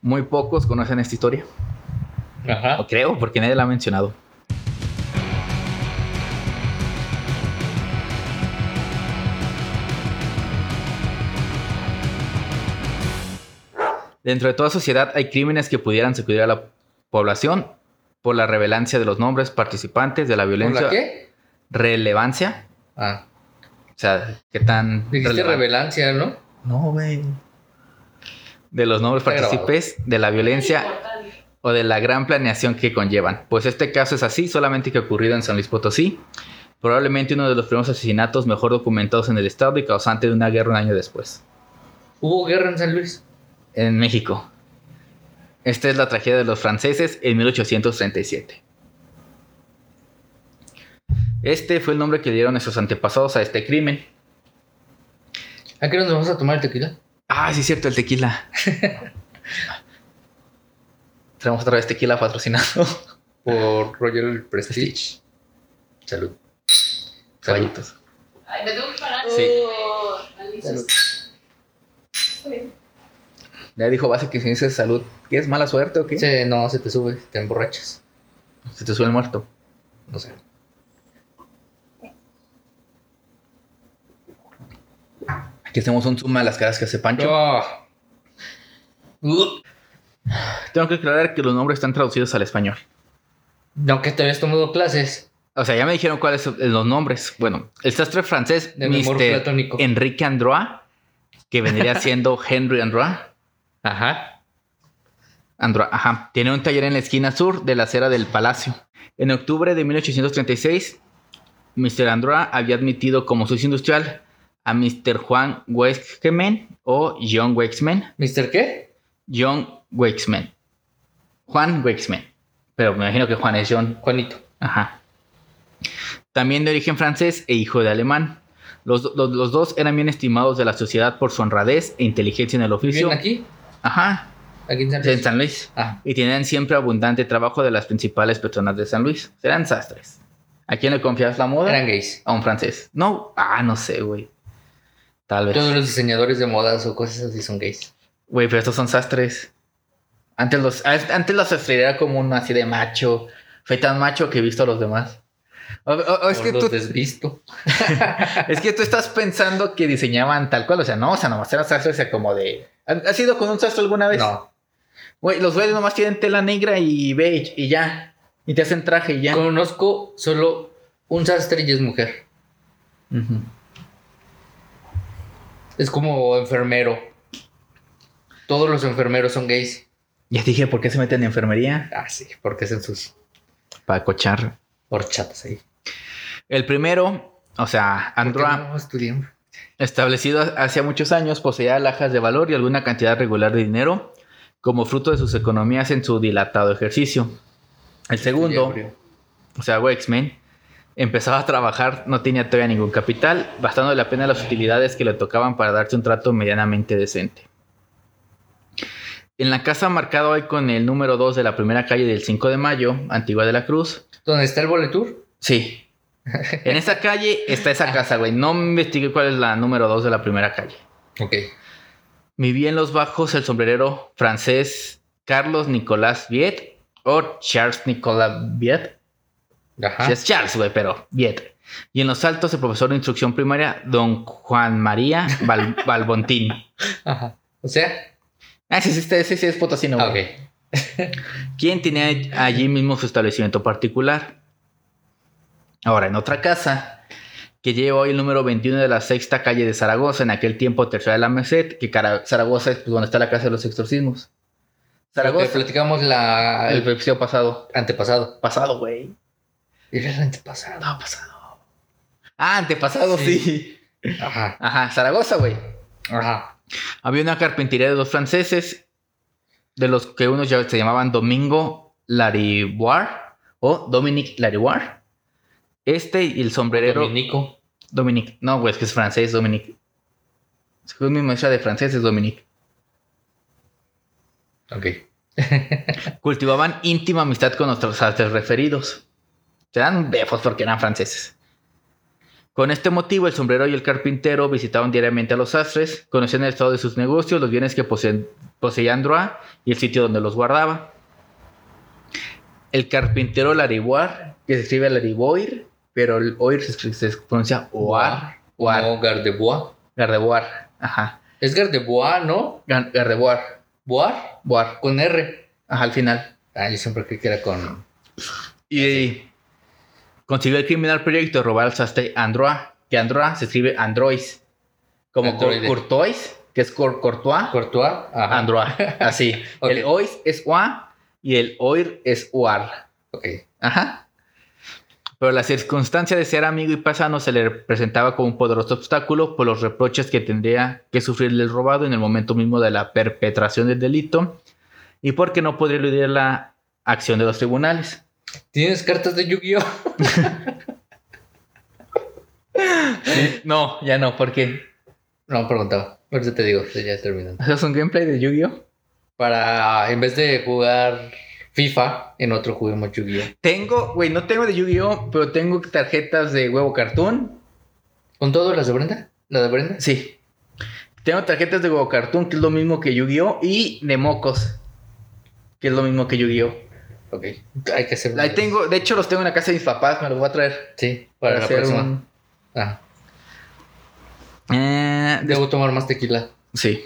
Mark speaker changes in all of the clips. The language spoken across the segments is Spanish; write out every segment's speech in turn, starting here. Speaker 1: Muy pocos conocen esta historia.
Speaker 2: Ajá.
Speaker 1: O creo, porque nadie la ha mencionado. Dentro de toda sociedad hay crímenes que pudieran sacudir a la población por la relevancia de los nombres participantes de la
Speaker 2: ¿Con
Speaker 1: violencia.
Speaker 2: la qué?
Speaker 1: Relevancia.
Speaker 2: Ah,
Speaker 1: O sea, qué tan.
Speaker 2: dijiste
Speaker 1: relevante-
Speaker 2: revelancia, ¿no?
Speaker 1: No, güey. De los nombres
Speaker 2: Está grabado.
Speaker 1: partícipes de la violencia o de la gran planeación que conllevan. Pues este caso es así, solamente que ocurrido en San Luis Potosí. Probablemente uno de los primeros asesinatos mejor documentados en el estado y causante de una guerra un año después.
Speaker 2: Hubo guerra en San Luis.
Speaker 1: En México. Esta es la tragedia de los franceses en 1837. Este fue el nombre que dieron nuestros antepasados a este crimen.
Speaker 2: ¿A qué hora nos vamos a tomar el tequila?
Speaker 1: Ah, sí, es cierto, el tequila. Tenemos otra vez tequila patrocinado.
Speaker 2: Por Royal Prestige. Salud. Salud.
Speaker 1: Caballitos.
Speaker 3: Ay, me tengo que parar.
Speaker 1: Sí.
Speaker 3: Oh, Alicia.
Speaker 2: Salud.
Speaker 3: Está bien.
Speaker 1: Ya dijo base que si dices salud, ¿qué es mala suerte o qué?
Speaker 2: Sí, no, se te sube, te emborrachas.
Speaker 1: Se te sube el muerto.
Speaker 2: No sé.
Speaker 1: Aquí hacemos un zoom a las caras que hace Pancho.
Speaker 2: Ah. Uh.
Speaker 1: Tengo que aclarar que los nombres están traducidos al español.
Speaker 2: No, que te habías tomado clases
Speaker 1: O sea, ya me dijeron cuáles son los nombres. Bueno, el sastre francés,
Speaker 2: de memoria
Speaker 1: Mr.
Speaker 2: platónico.
Speaker 1: Enrique Androa, que vendría siendo Henry Androa.
Speaker 2: Ajá.
Speaker 1: Androa, ajá. Tiene un taller en la esquina sur de la acera del Palacio. En octubre de 1836, Mr. Androa había admitido como socio industrial a Mr. Juan Wexman o John Wexman,
Speaker 2: ¿Mister qué?
Speaker 1: John Wexman. Juan Wexman. Pero me imagino que Juan es John.
Speaker 2: Juanito.
Speaker 1: Ajá. También de origen francés e hijo de alemán. Los, do- los- los dos eran bien estimados de la sociedad por su honradez e inteligencia en el oficio.
Speaker 2: ¿Viven aquí?
Speaker 1: Ajá,
Speaker 2: Aquí en San Luis.
Speaker 1: en San Luis.
Speaker 2: Ah,
Speaker 1: Y tenían siempre abundante trabajo de las principales personas de San Luis. Eran sastres. ¿A quién le confías la moda?
Speaker 2: eran gays.
Speaker 1: A un francés. No, ah, no sé, güey. Tal vez.
Speaker 2: Todos los diseñadores de modas o cosas así son gays.
Speaker 1: Güey, pero estos son sastres. Antes los, a- antes los sastrería era como un así de macho. Fue tan macho que he visto a los demás. O- o- o es,
Speaker 2: Por
Speaker 1: que
Speaker 2: los
Speaker 1: tú,
Speaker 2: desvisto.
Speaker 1: es que tú estás pensando que diseñaban tal cual. O sea, no, o sea, nomás eran sastres, o sea, como de. ¿Has has ido con un sastre alguna vez?
Speaker 2: No.
Speaker 1: Güey, los güeyes nomás tienen tela negra y beige y ya. Y te hacen traje y ya.
Speaker 2: Conozco solo un sastre y es mujer.
Speaker 1: Ujú.
Speaker 2: Es como enfermero. Todos los enfermeros son gays.
Speaker 1: Ya te dije, ¿por qué se meten en enfermería?
Speaker 2: Ah, sí, porque hacen sus
Speaker 1: Para cochar.
Speaker 2: horchatas ahí.
Speaker 1: El primero, o sea,
Speaker 2: ¿Por qué
Speaker 1: Androa,
Speaker 2: no estudiamos?
Speaker 1: establecido hace muchos años, poseía lajas de valor y alguna cantidad regular de dinero como fruto de sus economías en su dilatado ejercicio. El segundo,
Speaker 2: Estudié, bro.
Speaker 1: o sea, Wexman, empezaba a trabajar, no tenía todavía ningún capital, bastando la pena las utilidades que le tocaban para darse un trato medianamente decente. En la casa marcada hoy con el número 2 de la primera calle del 5 de mayo, Antigua de la Cruz,
Speaker 2: ¿Dónde está el boletur?
Speaker 1: Sí. En esa calle está esa casa, güey. No investigué cuál es la número 2 de la primera calle.
Speaker 2: Ok.
Speaker 1: Vivía en los bajos el sombrerero francés Carlos Nicolás Viet o Charles Nicolas Viet.
Speaker 2: Ajá.
Speaker 1: Sí es Charles, güey, pero Viet. Y en los altos el profesor de instrucción primaria don Juan María Bal- Balbontín.
Speaker 2: Ajá. O sea,
Speaker 1: Ah, sí, sí, este- sí, sí, es potosino,
Speaker 2: ah,
Speaker 1: güey.
Speaker 2: ok.
Speaker 1: quien tenía allí mismo su establecimiento particular. Ahora, en otra casa, que lleva hoy el número 21 de la sexta calle de Zaragoza, en aquel tiempo tercera de la Merced, que Cara- Zaragoza es pues, donde está la casa de los exorcismos.
Speaker 2: Zaragoza.
Speaker 1: Zaragoza,
Speaker 2: platicamos la,
Speaker 1: el
Speaker 2: el
Speaker 1: episodio pasado.
Speaker 2: antepasado.
Speaker 1: Pasado, güey.
Speaker 2: Era el antepasado.
Speaker 1: No, pasado. Ah, antepasado,
Speaker 2: Sí.
Speaker 1: sí.
Speaker 2: Ajá.
Speaker 1: Ajá, Zaragoza, güey.
Speaker 2: Ajá.
Speaker 1: Había una carpintería de dos franceses, de los que unos ya se llamaban Domingo Lariboire o Dominique Lariboire. Este y el sombrerero Dominique.
Speaker 2: Dominico.
Speaker 1: No, güey, es que es francés, Dominique. Según mi maestra de francés, es Dominique.
Speaker 2: Ok.
Speaker 1: Cultivaban íntima amistad con nuestros artes referidos. Se dan befos porque eran franceses. Con este motivo, el sombrero y el carpintero visitaban diariamente a los sastres, conocían el estado de sus negocios, los bienes que poseen- poseía Androa y el sitio donde los guardaba. El carpintero Lariboar, que se escribe Lariboir, pero el oir se, escri- se pronuncia oar, oar,
Speaker 2: No, Gardebois.
Speaker 1: Gardeboar, ajá,
Speaker 2: Es Gardebois, ¿no?
Speaker 1: Gar- Gardeboar,
Speaker 2: Boar,
Speaker 1: boar,
Speaker 2: con R.
Speaker 1: ajá, al final.
Speaker 2: Ah, yo siempre creí que era con.
Speaker 1: Y consiguió el criminal proyecto de robar al sastre Androa, que Androa se escribe Androis, como Cor-
Speaker 2: Androide.
Speaker 1: Courtois, que es Cor- Courtois,
Speaker 2: Courtois. Ajá.
Speaker 1: Androa, así.
Speaker 2: Ok.
Speaker 1: El ois es oa y el oir es oar.
Speaker 2: Ok.
Speaker 1: Ajá. Pero la circunstancia de ser amigo y pasano se le presentaba como un poderoso obstáculo por los reproches que tendría que sufrirle el robado en el momento mismo de la perpetración del delito y porque no podría eludir la acción de los tribunales.
Speaker 2: ¿Tienes cartas de Yu-Gi-Oh?
Speaker 1: No, ya no, porque
Speaker 2: No, preguntaba. Ahorita te digo, ya terminando.
Speaker 1: haces un gameplay de Yu-Gi-Oh.
Speaker 2: Para, en vez de jugar FIFA, en otro juguemos Yu-Gi-Oh.
Speaker 1: Tengo, güey, no tengo de Yu-Gi-Oh, pero tengo tarjetas de huevo cartoon.
Speaker 2: ¿Con todo las de Brenda? ¿La de Brenda?
Speaker 1: Sí. Tengo tarjetas de huevo cartoon, que es lo mismo que Yu-Gi-Oh, y de mocos, que es lo mismo que Yu-Gi-Oh.
Speaker 2: Ok. Hay que hacer.
Speaker 1: Ahí tengo, de hecho los tengo en la casa de mis papás, me los voy a traer
Speaker 2: Sí, para, la
Speaker 1: hacer
Speaker 2: próxima.
Speaker 1: un-
Speaker 2: Ah,
Speaker 1: Eh, des-
Speaker 2: debo tomar más tequila.
Speaker 1: Sí.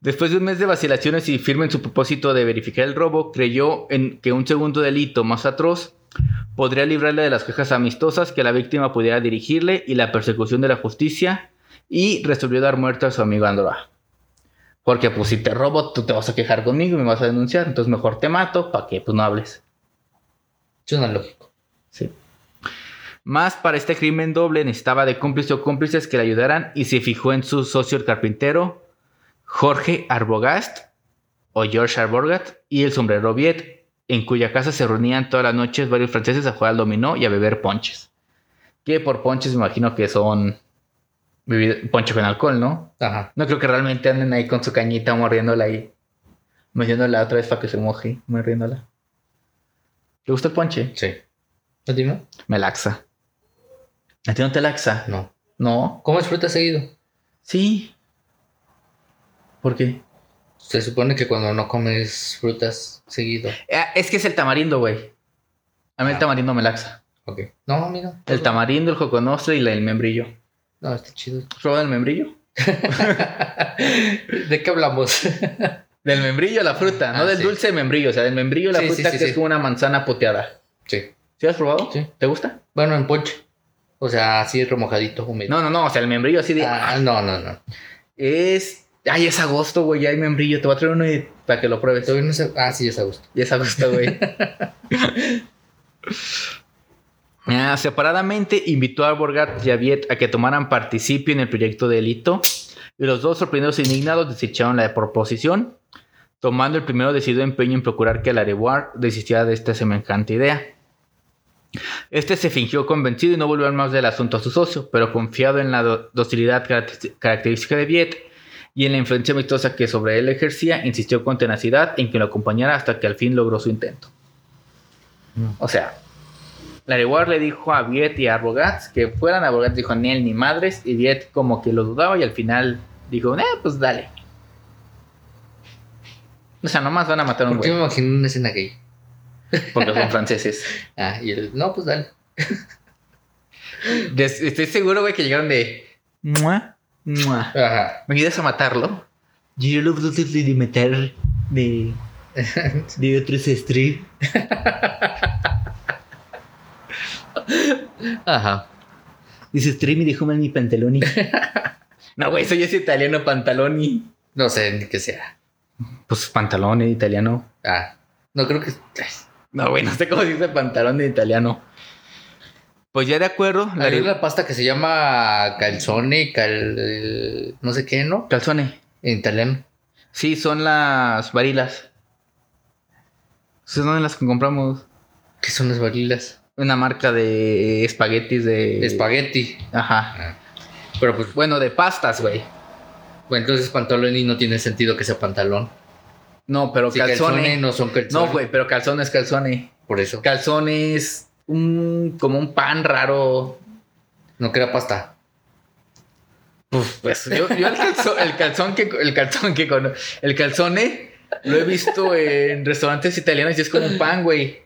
Speaker 1: Después de un mes de vacilaciones y firme en su propósito de verificar el robo, creyó en que un segundo delito más atroz podría librarle de las quejas amistosas que la víctima pudiera dirigirle y la persecución de la justicia y resolvió dar muerte a su amigo Andorra. Porque pues si te robo, tú te vas a quejar conmigo y me vas a denunciar, entonces mejor te mato para que pues no hables.
Speaker 2: Suena lógico.
Speaker 1: Más para este crimen doble necesitaba de cómplice o cómplices que le ayudaran y se fijó en su socio el carpintero, Jorge Arbogast o George Arbogast y el sombrero Viet, en cuya casa se reunían todas las noches varios franceses a jugar al dominó y a beber ponches. Que por ponches me imagino que son bebida- ponche con alcohol, ¿no?
Speaker 2: Ajá.
Speaker 1: No creo que realmente anden ahí con su cañita mordiéndola ahí. Mordiéndola otra vez para que se moje, mordiéndola. ¿Te gusta el ponche?
Speaker 2: Sí. ¿No tiene?
Speaker 1: Me laxa. ¿A ti no te laxa?
Speaker 2: No.
Speaker 1: No.
Speaker 2: ¿Comes fruta seguido?
Speaker 1: Sí. ¿Por qué?
Speaker 2: Se supone que cuando no comes frutas seguido.
Speaker 1: Eh, es que es el tamarindo, güey. A mí el
Speaker 2: Ah.
Speaker 1: tamarindo me laxa.
Speaker 2: Ok. No, mira.
Speaker 1: El tamarindo, el joconostre y la- el membrillo.
Speaker 2: No, está chido.
Speaker 1: ¿Has probado el membrillo?
Speaker 2: ¿De qué hablamos?
Speaker 1: Del membrillo la fruta, no
Speaker 2: Ah,
Speaker 1: del
Speaker 2: sí.
Speaker 1: dulce membrillo, o sea, del membrillo la
Speaker 2: Sí, sí,
Speaker 1: fruta
Speaker 2: sí,
Speaker 1: que
Speaker 2: sí.
Speaker 1: es como una manzana poteada.
Speaker 2: sí.
Speaker 1: ¿Sí has probado?
Speaker 2: Sí.
Speaker 1: ¿Te gusta?
Speaker 2: Bueno, en ponche. O sea, así remojadito, húmedo.
Speaker 1: No, no, no, o sea, el membrillo así de...
Speaker 2: Ah, no, no, no.
Speaker 1: Es... Ay, es agosto, güey, ya hay membrillo. Te voy a traer uno y- para que lo pruebes.
Speaker 2: Todavía no sé. Ah, sí, ya se gusto.
Speaker 1: Ya es agosto, güey. Ah, separadamente invitó a Borgat y a Viet a que tomaran participio en el proyecto de delito y los dos sorprendidos e indignados desecharon la proposición, tomando el primero decidido empeño en procurar que Larevoir desistiera de esta semejante idea. Este se fingió convencido y no volvió a hablar más del asunto a su socio, pero confiado en la do- docilidad caracter- característica de Viet y en la influencia amistosa que sobre él ejercía, insistió con tenacidad en que lo acompañara hasta que al fin logró su intento.
Speaker 2: Mm.
Speaker 1: O sea, Lareguard le dijo a Viet y a Rogatz que fueran a Rogatz, dijo ni él ni madres, y Viet como que lo dudaba y al final dijo, eh, pues dale. O sea, nomás van a matar a un
Speaker 2: ¿Por qué me
Speaker 1: güey,
Speaker 2: imagino una escena gay?
Speaker 1: porque son franceses.
Speaker 2: Ah, y el. No, pues dale.
Speaker 1: Des- estoy seguro, güey, que llegaron de. Mua, mua.
Speaker 2: Ajá.
Speaker 1: ¿Me ayudas a matarlo? Yo lo puedo de matar de. de otros strip.
Speaker 2: Ajá.
Speaker 1: Dice strip me dejó mal mi pantaloni. no, güey, eso ya es italiano, pantaloni.
Speaker 2: No sé ni qué sea.
Speaker 1: Pues pantalón en italiano.
Speaker 2: Ah. No creo que. Ay,
Speaker 1: No, güey, no sé cómo se dice pantalón en italiano. Pues ya de acuerdo, la
Speaker 2: Hay una pasta que se llama calzone, cal. no sé qué, ¿no?
Speaker 1: calzones.
Speaker 2: En italiano.
Speaker 1: Sí, son las varilas. Esas son las que compramos.
Speaker 2: ¿Qué son las varilas?
Speaker 1: Una marca de espaguetis de.
Speaker 2: Espagueti.
Speaker 1: Ajá.
Speaker 2: Pero pues,
Speaker 1: Bueno, de pastas, güey.
Speaker 2: bueno, entonces pantaloni no tiene sentido que sea pantalón.
Speaker 1: No, pero
Speaker 2: Si calzone
Speaker 1: calzones.
Speaker 2: no son calzones.
Speaker 1: No, güey, pero calzones, calzones.
Speaker 2: Por eso.
Speaker 1: Calzones, un, como un pan raro
Speaker 2: No queda pasta.
Speaker 1: Uf, pues yo, yo el, calzón, el calzón que el calzón que con el calzone lo he visto en restaurantes italianos y es como un pan, güey.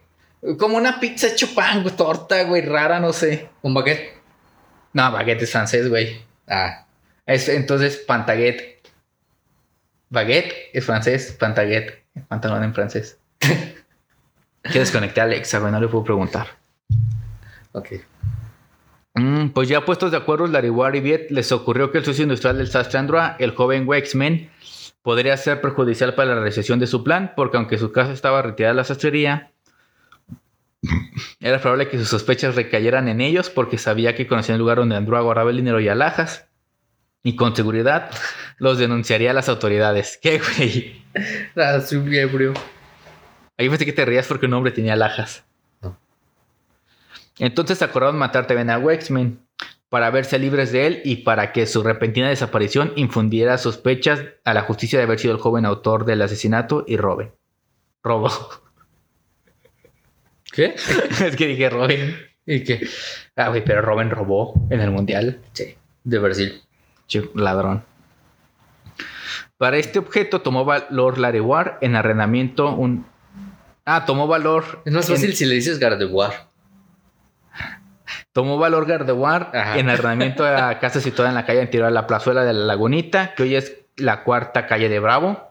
Speaker 1: Como una pizza hecho pan, güey, torta, güey, rara, no sé.
Speaker 2: Un baguette.
Speaker 1: No, baguette es francés, güey.
Speaker 2: Ah,
Speaker 1: Es, entonces, pantaguette. Baguette es francés, pantaguette, pantalón en francés. ¿Quieres conectar a Alexa, güey? No le puedo preguntar.
Speaker 2: ok.
Speaker 1: Mm, pues ya puestos de acuerdo, Lariwar y Viet les ocurrió que el socio industrial del sastre Androa, el joven Wexman, podría ser perjudicial para la realización de su plan, porque aunque su casa estaba retirada de la sastrería, era probable que sus sospechas recayeran en ellos porque sabía que conocían el lugar donde Androa guardaba el dinero y alhajas. Y con seguridad los denunciaría a las autoridades. ¿Qué, güey?
Speaker 2: Ah, soy un ebrio.
Speaker 1: Ahí pensé que te reías porque un hombre tenía alhajas.
Speaker 2: No.
Speaker 1: Entonces acordaron matar también a Wexman para verse libres de él y para que su repentina desaparición infundiera sospechas a la justicia de haber sido el joven autor del asesinato y robe. Robo.
Speaker 2: ¿Qué?
Speaker 1: es que dije Robin.
Speaker 2: ¿Y qué?
Speaker 1: Ah, güey, pero Robin robó en el mundial.
Speaker 2: Sí. De Brasil.
Speaker 1: Che, ladrón. Para este objeto tomó valor Larewar en arrendamiento un... Ah, tomó valor...
Speaker 2: Es más
Speaker 1: en-
Speaker 2: fácil si le dices Gardevoir.
Speaker 1: Tomó valor Gardevoir
Speaker 2: Ajá.
Speaker 1: en arrendamiento de la casa situada en la calle anterior a la plazuela de la Lagunita, que hoy es la cuarta calle de Bravo.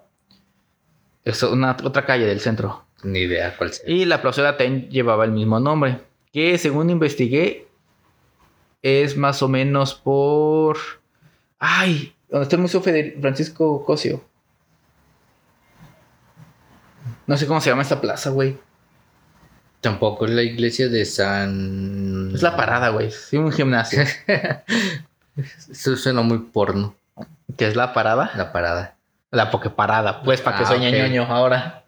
Speaker 1: Es una otra calle del centro.
Speaker 2: Ni idea cuál sea.
Speaker 1: Y la plazuela también llevaba el mismo nombre, que según investigué, es más o menos por... ¡Ay! Donde está el Museo Feder- Francisco Cosio. No sé cómo se llama esta plaza, güey.
Speaker 2: Tampoco es la iglesia de San.
Speaker 1: Es la parada, güey. Sí, un gimnasio.
Speaker 2: Eso suena muy porno.
Speaker 1: ¿Qué es la parada?
Speaker 2: La parada.
Speaker 1: La pokeparada, pues, para que
Speaker 2: Ah,
Speaker 1: sueñe
Speaker 2: ok.
Speaker 1: ñoño ahora.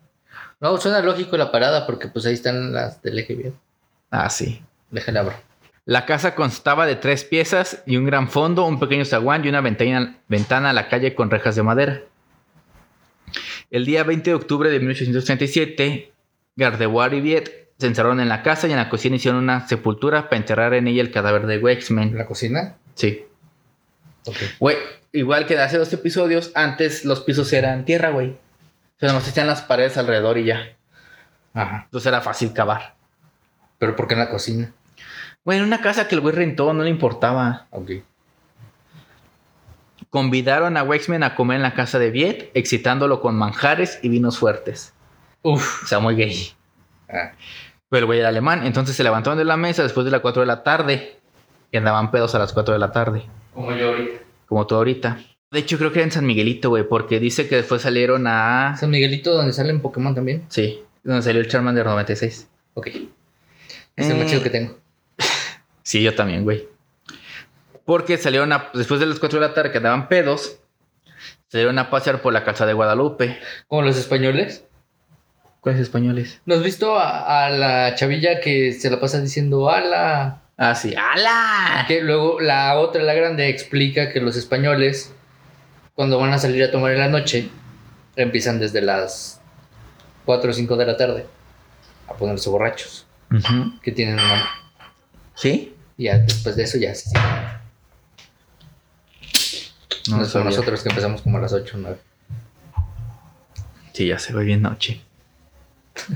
Speaker 2: No, suena lógico la parada porque pues ahí están las del eje vial.
Speaker 1: Ah, sí.
Speaker 2: Déjala abro.
Speaker 1: La casa constaba de tres piezas y un gran fondo, un pequeño zaguán y una ventana, ventana a la calle con rejas de madera. El día 20 de octubre de 1837, Gardevoir y Viet se encerraron en la casa y en la cocina hicieron una sepultura para enterrar en ella el cadáver de Wexman.
Speaker 2: ¿La cocina?
Speaker 1: Sí.
Speaker 2: Ok.
Speaker 1: Güey, igual que de hace dos episodios, antes los pisos eran tierra, güey. O sea, nomás echan las paredes alrededor y ya.
Speaker 2: Ajá.
Speaker 1: Entonces era fácil cavar.
Speaker 2: ¿Pero por qué en la cocina?
Speaker 1: Güey, en una casa que el güey rentó, no le importaba.
Speaker 2: Ok.
Speaker 1: Convidaron a Wexman a comer en la casa de Viet, excitándolo con manjares y vinos fuertes.
Speaker 2: Uf.
Speaker 1: O sea, muy gay.
Speaker 2: Ah,
Speaker 1: Pero el güey era alemán, entonces se levantaron de la mesa después de las 4 de la tarde. Y andaban pedos a las 4 de la tarde,
Speaker 2: como yo ahorita.
Speaker 1: como tú ahorita. De hecho, creo que era en San Miguelito, güey, porque dice que después salieron a...
Speaker 2: San Miguelito, donde salen Pokémon también.
Speaker 1: Sí, donde salió el Charmander 96.
Speaker 2: Ok. Es el
Speaker 1: Eh.
Speaker 2: más chido que tengo.
Speaker 1: Sí, yo también, güey. Porque salieron a... Después de las 4 de la tarde que andaban pedos, salieron a pasear por la calzada de Guadalupe.
Speaker 2: Como los españoles.
Speaker 1: ¿Cuáles españoles?
Speaker 2: ¿No has visto a, a la chavilla que se la pasa diciendo ala?
Speaker 1: Ah, sí. ¡Hala!
Speaker 2: Que luego la otra, la grande, explica que los españoles, cuando van a salir a tomar en la noche, empiezan desde las 4 o 5 de la tarde a ponerse borrachos, que tienen un nombre.
Speaker 1: ¿Sí?
Speaker 2: Y ya después de eso ya se sientan. No,
Speaker 1: lo
Speaker 2: es
Speaker 1: sabía.
Speaker 2: como nosotros que empezamos como a las 8 o 9.
Speaker 1: Sí, ya se ve bien noche.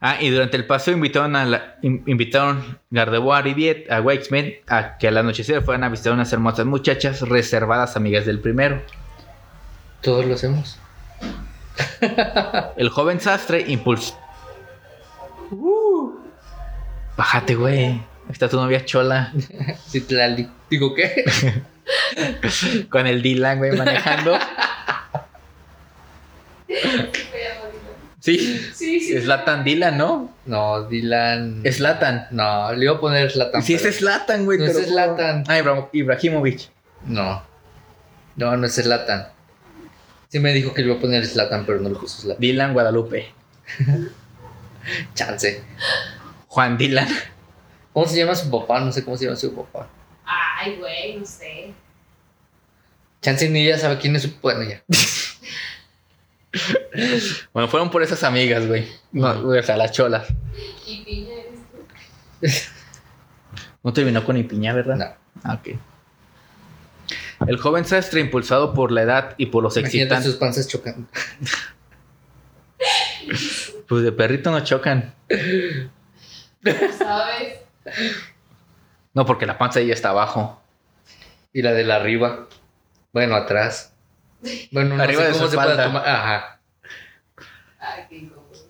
Speaker 1: ah, y durante el paseo invitaron a la, in- invitaron Gardevoir y Viet a Waxman a que al anochecer fueran a visitar unas hermosas muchachas reservadas amigas del primero.
Speaker 2: Todos lo hacemos.
Speaker 1: El joven sastre impulsó. Bájate, güey. Ahí Está tu novia chola
Speaker 2: Si te la li- digo qué.
Speaker 1: con el Dylan, güey, manejando. Sí,
Speaker 3: Sí, sí.
Speaker 1: es Latan Dylan, ¿no?
Speaker 2: No, Dylan.
Speaker 1: Es Latan.
Speaker 2: No, le iba a poner Slatan.
Speaker 1: Si ese es Latan, güey.
Speaker 2: No,
Speaker 1: te
Speaker 2: ese
Speaker 1: lo
Speaker 2: es
Speaker 1: juro.
Speaker 2: Zlatan.
Speaker 1: Ah, Ibra- Ibrahimovic.
Speaker 2: No. No, no es Slatan. Sí me dijo que le iba a poner Slatan, pero no le puso Slatan.
Speaker 1: Dylan Guadalupe.
Speaker 2: Chance.
Speaker 1: Juan Dylan.
Speaker 2: ¿Cómo se llama su papá? No sé cómo se llama su papá.
Speaker 3: Ay, güey, no sé.
Speaker 2: Chance ni ella sabe quién es su. Bueno, ya.
Speaker 1: Bueno, fueron por esas amigas, güey. No, güey, o sea, las cholas.
Speaker 3: ¿Y piña eres tú?
Speaker 1: No terminó con piña, ¿verdad?
Speaker 2: No.
Speaker 1: Ah, ok. El joven sastre, impulsado por la edad y por los
Speaker 2: Imagínate
Speaker 1: excitantes.
Speaker 2: sus panzas chocando.
Speaker 1: Pues de perrito no chocan.
Speaker 3: ¿Sabes?
Speaker 1: No, porque la panza de ella está abajo.
Speaker 2: Y la de la arriba. Bueno, atrás. Bueno, no
Speaker 1: Arriba
Speaker 2: sé
Speaker 1: de
Speaker 2: cómo
Speaker 1: su
Speaker 2: se puede
Speaker 1: espalda.
Speaker 2: tomar. Ajá.
Speaker 3: Ay, qué incómodo.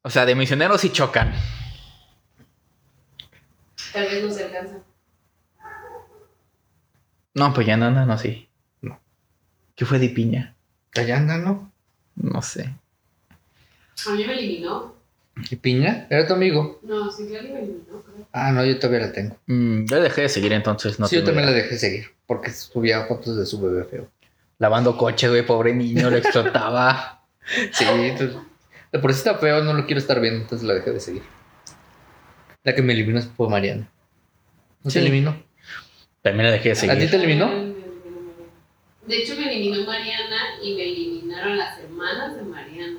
Speaker 1: O sea, de misioneros sí chocan.
Speaker 3: Tal vez no se alcanza.
Speaker 1: No, pues ya no, no, no, sí.
Speaker 2: No.
Speaker 1: ¿Qué fue de piña?
Speaker 2: Allá anda, ¿no?
Speaker 1: No sé.
Speaker 3: A mí me eliminó.
Speaker 2: ¿Y piña? Era tu amigo.
Speaker 3: No, sí, claro, me eliminó, creo.
Speaker 2: Ah, no, yo todavía la tengo.
Speaker 1: Mm, yo dejé de seguir entonces, no
Speaker 2: sí, yo
Speaker 1: tengo
Speaker 2: también
Speaker 1: idea.
Speaker 2: la dejé seguir. Porque subía fotos de su bebé feo.
Speaker 1: Lavando coches, güey, pobre niño, lo explotaba.
Speaker 2: Sí, entonces, de por sí está feo, no lo quiero estar viendo, entonces la dejé de seguir. La que me eliminó fue Mariana. ¿No
Speaker 1: Sí.
Speaker 2: te eliminó?
Speaker 1: También la dejé de
Speaker 2: ¿A ti
Speaker 1: seguir.
Speaker 2: te eliminó?
Speaker 3: De hecho, me eliminó Mariana y me eliminaron las hermanas de Mariana.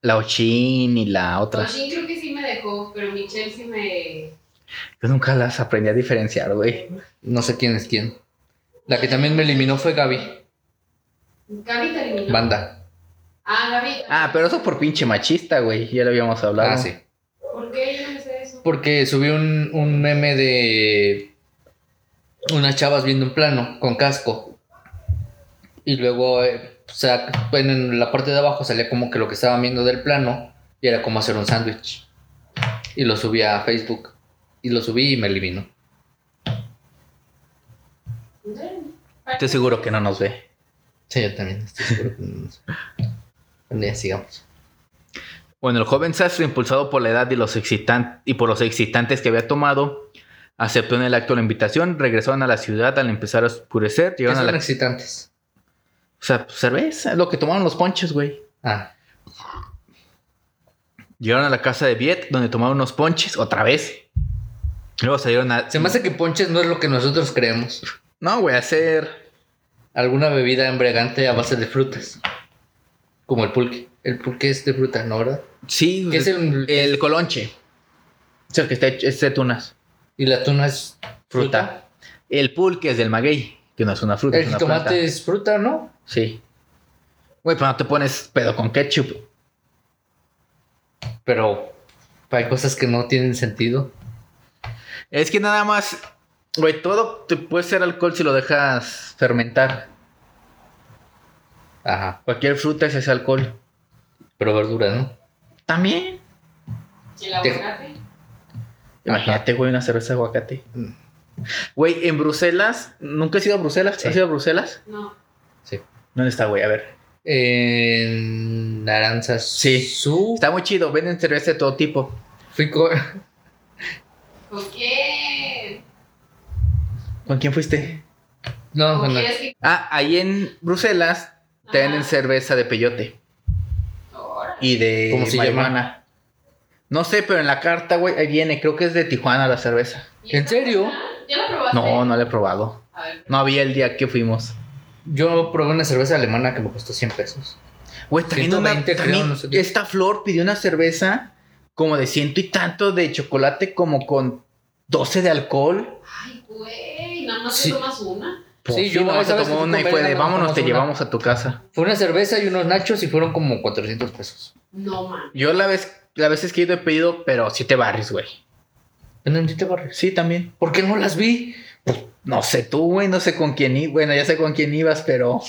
Speaker 1: La Ochin y la otra.
Speaker 2: Ah.
Speaker 3: Oshin creo que sí me dejó, pero Michelle sí me.
Speaker 1: Yo nunca las aprendí a diferenciar, güey.
Speaker 2: No sé quién es quién. La que también me eliminó fue Gaby,
Speaker 3: Gaby te eliminó.
Speaker 2: banda.
Speaker 3: Ah, Gaby.
Speaker 1: Ah, pero eso por pinche machista, güey. Ya lo habíamos hablado.
Speaker 2: Ah, sí.
Speaker 3: ¿Por qué yo no sé eso?
Speaker 2: Porque subí un, un meme de unas chavas viendo un plano con casco. Y luego, eh, o sea, bueno, en la parte de abajo salía como que lo que estaban viendo del plano y era como hacer un sándwich. Y lo subí a Facebook. Y lo subí y me eliminó.
Speaker 1: Estoy seguro que no nos ve.
Speaker 2: Sí, yo también estoy seguro que no sé. Bueno, ya sigamos.
Speaker 1: Bueno, el joven sastre, impulsado por la edad y, los excitan- y por los excitantes que había tomado, aceptó en el acto la invitación, regresaron a la ciudad al empezar a oscurecer,
Speaker 2: ¿Qué
Speaker 1: llegaron a
Speaker 2: son
Speaker 1: la...
Speaker 2: excitantes?
Speaker 1: O sea, pues, cerveza, lo que tomaron los ponches, güey.
Speaker 2: Ah,
Speaker 1: Llegaron a la casa de Viet, donde tomaron unos ponches, otra vez. Luego salieron a...
Speaker 2: se me hace que ponches no es lo que nosotros creemos.
Speaker 1: No, güey, a hacer...
Speaker 2: Alguna bebida embriagante a base de frutas. Como el pulque. El pulque es de fruta, ¿no, verdad?
Speaker 1: Sí,
Speaker 2: ¿Qué es el,
Speaker 1: el colonche. O sea, el que está hecho- es de tunas.
Speaker 2: y la tuna es
Speaker 1: Fruta. El pulque es del maguey, que no es una fruta,
Speaker 2: El
Speaker 1: es una
Speaker 2: jitomate
Speaker 1: planta.
Speaker 2: es fruta, ¿no?
Speaker 1: Sí. Güey, pero no te pones pedo con ketchup.
Speaker 2: Pero hay cosas que no tienen sentido.
Speaker 1: Es que nada más, güey, todo te puede ser alcohol si lo dejas fermentar.
Speaker 2: Ajá,
Speaker 1: Cualquier fruta es ese alcohol.
Speaker 2: pero verdura, ¿no?
Speaker 1: También.
Speaker 3: El aguacate.
Speaker 1: Imagínate, güey, una cerveza de aguacate.
Speaker 2: Mm.
Speaker 1: Güey, en Bruselas, nunca he ido a Bruselas.
Speaker 2: Sí.
Speaker 1: ¿Has ido a Bruselas?
Speaker 3: No.
Speaker 1: ¿Dónde está, güey? A ver.
Speaker 2: En naranzas.
Speaker 1: Sí.
Speaker 2: Su.
Speaker 1: Está muy chido, venden cerveza de todo tipo.
Speaker 2: Fui co-
Speaker 3: ¿Con quién?
Speaker 1: ¿Con quién fuiste?
Speaker 2: No,
Speaker 3: ¿Con
Speaker 2: con
Speaker 3: quién es que.?
Speaker 1: Ah, ahí en Bruselas te venden
Speaker 3: Ajá.
Speaker 1: cerveza de peyote
Speaker 3: Ahora.
Speaker 1: y de
Speaker 2: ¿Cómo se llama?
Speaker 1: marihuana. No sé, pero en la carta, güey, ahí viene. Creo que es de Tijuana la cerveza.
Speaker 3: ¿Y
Speaker 2: ¿En
Speaker 3: esta
Speaker 2: serio?
Speaker 3: cosa? ¿Ya la probaste?
Speaker 1: No, no la he probado.
Speaker 3: A ver.
Speaker 1: No había el día que fuimos.
Speaker 2: Yo probé una cerveza alemana que me costó 100 pesos.
Speaker 1: Güey, también, una-
Speaker 2: 120 creo,
Speaker 1: también
Speaker 2: no sé qué.
Speaker 1: esta flor pidió una cerveza como de ciento y tanto de chocolate, como con 12 de alcohol.
Speaker 3: Ay, güey. Nada más
Speaker 2: Sí.
Speaker 3: te tomas una.
Speaker 1: Por
Speaker 2: Sí,
Speaker 1: fin,
Speaker 2: yo
Speaker 1: nomás
Speaker 2: esa
Speaker 1: se
Speaker 2: vez
Speaker 1: tomó
Speaker 2: que fui
Speaker 1: una Pues y
Speaker 2: con
Speaker 1: fue de
Speaker 2: Brenda, nos
Speaker 1: vámonos, te
Speaker 2: tomamos una".
Speaker 1: llevamos a tu casa.
Speaker 2: Fue una cerveza y unos nachos y fueron como 400 pesos.
Speaker 3: No, man.
Speaker 1: Yo la vez, la vez es que he ido he pedido, pero siete barris, güey.
Speaker 2: ¿En dónde te barres?
Speaker 1: Sí, también.
Speaker 2: ¿Por qué no las vi?
Speaker 1: No sé tú, güey, no sé con quién i- Bueno, ya sé con quién ibas, pero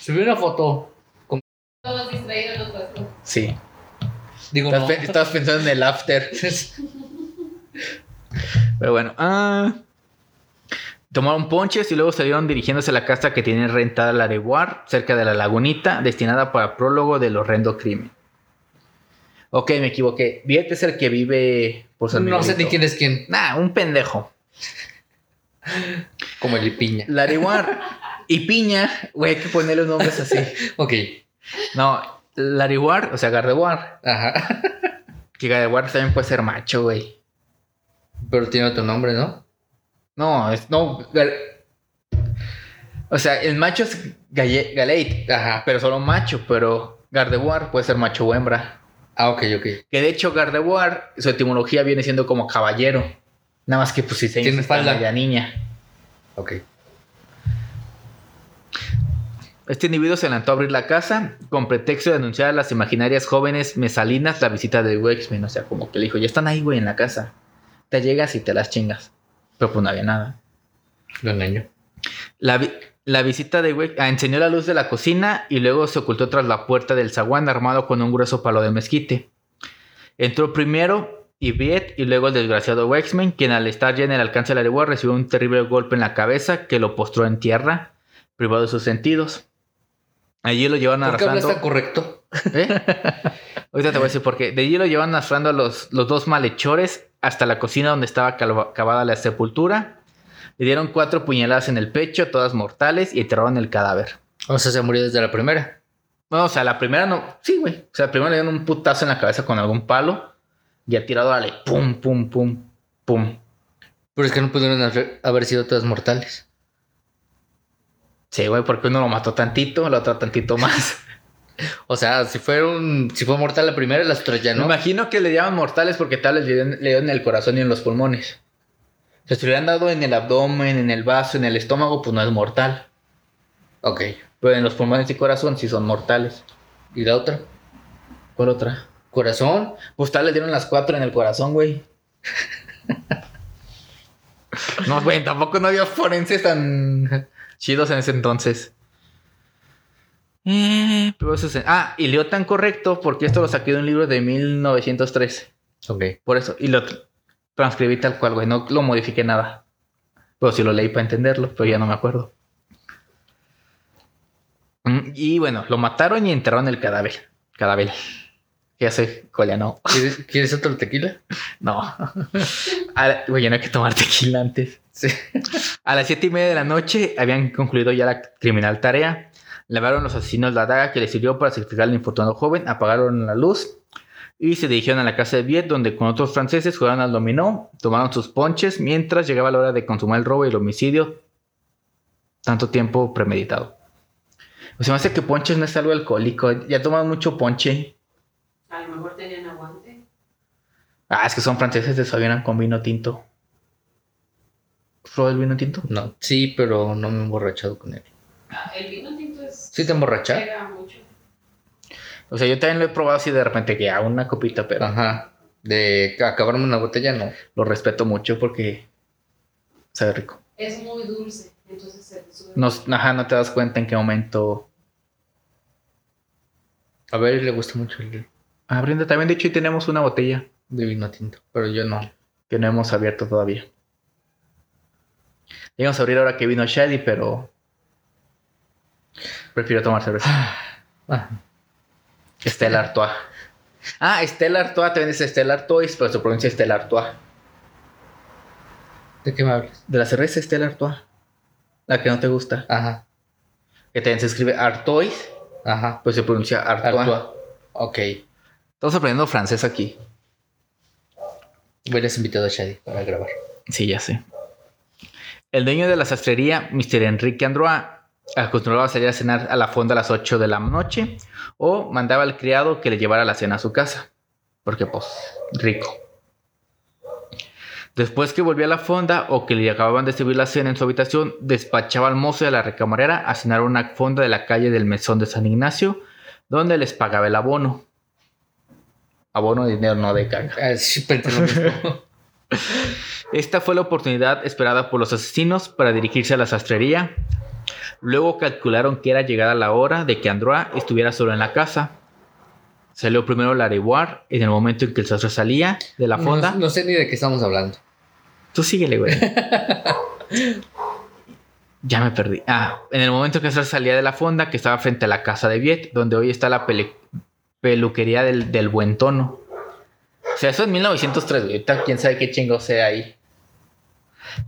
Speaker 2: Subí una foto.
Speaker 3: Todos distraídos los puestos.
Speaker 1: sí.
Speaker 2: Digo,
Speaker 1: Estabas,
Speaker 2: no.
Speaker 1: pe- estabas pensando en el after. Pero bueno, ah. Tomaron ponches y luego salieron dirigiéndose a la casa que tiene rentada la Areguar, cerca de la lagunita, destinada para prólogo del horrendo crimen. Ok, me equivoqué. Viet es el que vive por San
Speaker 2: no sé
Speaker 1: Miguelito.
Speaker 2: ni quién es quién.
Speaker 1: Nah, un pendejo.
Speaker 2: Como el piña.
Speaker 1: La Areguar y Piña, güey, hay que ponerle nombres así.
Speaker 2: Ok.
Speaker 1: No, la Areguar, o sea, Gardeguar.
Speaker 2: Ajá.
Speaker 1: Que Gardeguar también puede ser macho, güey.
Speaker 2: Pero tiene otro nombre, ¿no?
Speaker 1: No, es, no. Gar- O sea, el macho es Galle- Galeit.
Speaker 2: Ajá.
Speaker 1: pero solo macho, pero Gardevoir puede ser macho o hembra.
Speaker 2: Ah, ok, ok.
Speaker 1: Que de hecho Gardevoir, su etimología viene siendo como caballero. Nada más que pues si se
Speaker 2: Tiene falda.
Speaker 1: la niña.
Speaker 2: Ok.
Speaker 1: Este individuo se adelantó a abrir la casa con pretexto de anunciar a las imaginarias jóvenes mesalinas la visita de Wexman. O sea, como que le dijo, ya están ahí, güey, en la casa. Te llegas y te las chingas. Pero pues no había nada.
Speaker 2: Lo engañó.
Speaker 1: La, vi- la visita de Wexman enseñó la luz de la cocina y luego se ocultó tras la puerta del zaguán armado con un grueso palo de mezquite. Entró primero Yviette y luego el desgraciado Wexman, quien al estar ya en el alcance de la legua recibió un terrible golpe en la cabeza que lo postró en tierra, privado de sus sentidos. Allí lo llevan
Speaker 2: ¿Por qué
Speaker 1: arrastrando.
Speaker 2: hablaste correcto?
Speaker 1: ¿Eh? Ahorita te voy a decir por qué. De allí lo llevan arrastrando a los, los dos malhechores hasta la cocina donde estaba calva- cavada la sepultura. Le dieron cuatro puñaladas en el pecho, todas mortales, y enterraron el cadáver.
Speaker 2: O sea, se murió desde la primera.
Speaker 1: No, o sea, la primera no. Sí, güey. O sea, primero le dieron un putazo en la cabeza con algún palo y ha tirado, dale, pum, pum, pum, pum.
Speaker 2: Pero es que no pudieron haber haber sido todas mortales.
Speaker 1: Sí, güey, porque uno lo mató tantito, la otra tantito más.
Speaker 2: O sea, si fueron, si fue mortal la primera, las otras ya
Speaker 1: Me
Speaker 2: no.
Speaker 1: imagino que le llaman mortales porque tal vez le dieron, le dieron en el corazón y en los pulmones. O sea, si le hubieran dado en el abdomen, en el vaso, en el estómago, pues no es mortal.
Speaker 2: Ok.
Speaker 1: Pero en los pulmones y corazón sí son mortales.
Speaker 2: ¿Y la otra?
Speaker 1: ¿Cuál otra?
Speaker 2: ¿Corazón?
Speaker 1: Pues tal le dieron las cuatro en el corazón, güey. no, güey, tampoco no había forenses tan chidos en ese entonces. Eh, pero eso es- ah, y leo tan correcto porque esto lo saqué de un libro de 1913.
Speaker 2: Ok.
Speaker 1: Por eso. Y lo tr- transcribí tal cual, güey. No lo modifiqué nada. Pero sí lo leí para entenderlo, pero ya no me acuerdo. Mm, Y bueno, lo mataron y enterraron el cadáver. Cadáver. Ya sé, colia, no.
Speaker 2: ¿Quieres, quieres otro tequila?
Speaker 1: No. A la- Güey, ya no hay que tomar tequila antes.
Speaker 2: Sí.
Speaker 1: A las siete y media de la noche habían concluido ya la criminal tarea. Lavaron los asesinos la daga que les sirvió para sacrificar al infortunado joven, apagaron la luz y se dirigieron a la casa de Viet, donde con otros franceses jugaron al dominó, tomaron sus ponches mientras llegaba la hora de consumar el robo y el homicidio. Tanto tiempo premeditado. Pues se me hace que ponches no es algo alcohólico. Ya toman mucho ponche.
Speaker 3: A lo mejor tenían aguante.
Speaker 1: Ah, es que son franceses, desayunan con vino tinto. ¿Probó el vino tinto?
Speaker 2: No. Sí, pero no me he emborrachado con él.
Speaker 3: Ah, El vino tinto es.
Speaker 2: ¿Sí te emborrachaste?
Speaker 3: pega mucho.
Speaker 1: O sea, yo también lo he probado así de repente que a una copita, pero
Speaker 2: Ajá. De acabarme una botella, no.
Speaker 1: lo respeto mucho porque sabe rico.
Speaker 3: Es muy dulce, entonces se te sube.
Speaker 1: No, ajá, no te das cuenta en qué momento.
Speaker 2: A ver, le gusta mucho el
Speaker 1: Ah, Brenda, también de hecho hoy tenemos una botella
Speaker 2: de vino tinto, pero yo no.
Speaker 1: que no hemos abierto todavía. La Íbamos a abrir ahora que vino Shady, pero prefiero tomar cerveza.
Speaker 2: Ajá.
Speaker 1: Estela Artois. Ah, Estela Artois, también es Estela Artois, pero su provincia es Estela Artois.
Speaker 2: ¿De qué me hablas?
Speaker 1: De la cerveza Estela Artois. La que no te gusta.
Speaker 2: Ajá.
Speaker 1: Que también se escribe Artois,
Speaker 2: Ajá.
Speaker 1: pues se pronuncia Artois.
Speaker 2: Artua. Ok.
Speaker 1: Estamos aprendiendo francés aquí.
Speaker 2: Hubieras invitado a Shadi para grabar.
Speaker 1: Sí, ya sé. El dueño de la sastrería, Mr. Enrique Androa, acostumbraba a salir a cenar a la fonda a las 8 de la noche o mandaba al criado que le llevara la cena a su casa. Porque, pues, rico. Después que volvía a la fonda o que le acababan de servir la cena en su habitación, despachaba al mozo de la recamarera a cenar a una fonda de la calle del Mesón de San Ignacio, donde les pagaba el abono. Abono de dinero, no de carga.
Speaker 2: Ah, sí, pensé lo mismo.
Speaker 1: Esta fue la oportunidad esperada por los asesinos para dirigirse a la sastrería. Luego calcularon que era llegada la hora de que Androa estuviera solo en la casa. Salió primero la Ariboar en el momento en que el sastre salía de la fonda.
Speaker 2: No, no sé ni de qué estamos hablando.
Speaker 1: Tú síguele, güey. ya me perdí. Ah, en el momento que sastre salía de la fonda, que estaba frente a la casa de Viet, donde hoy está la pele- peluquería del, del buen tono. O sea, eso es 1903, güey. Ahorita quién sabe qué chingo sea ahí.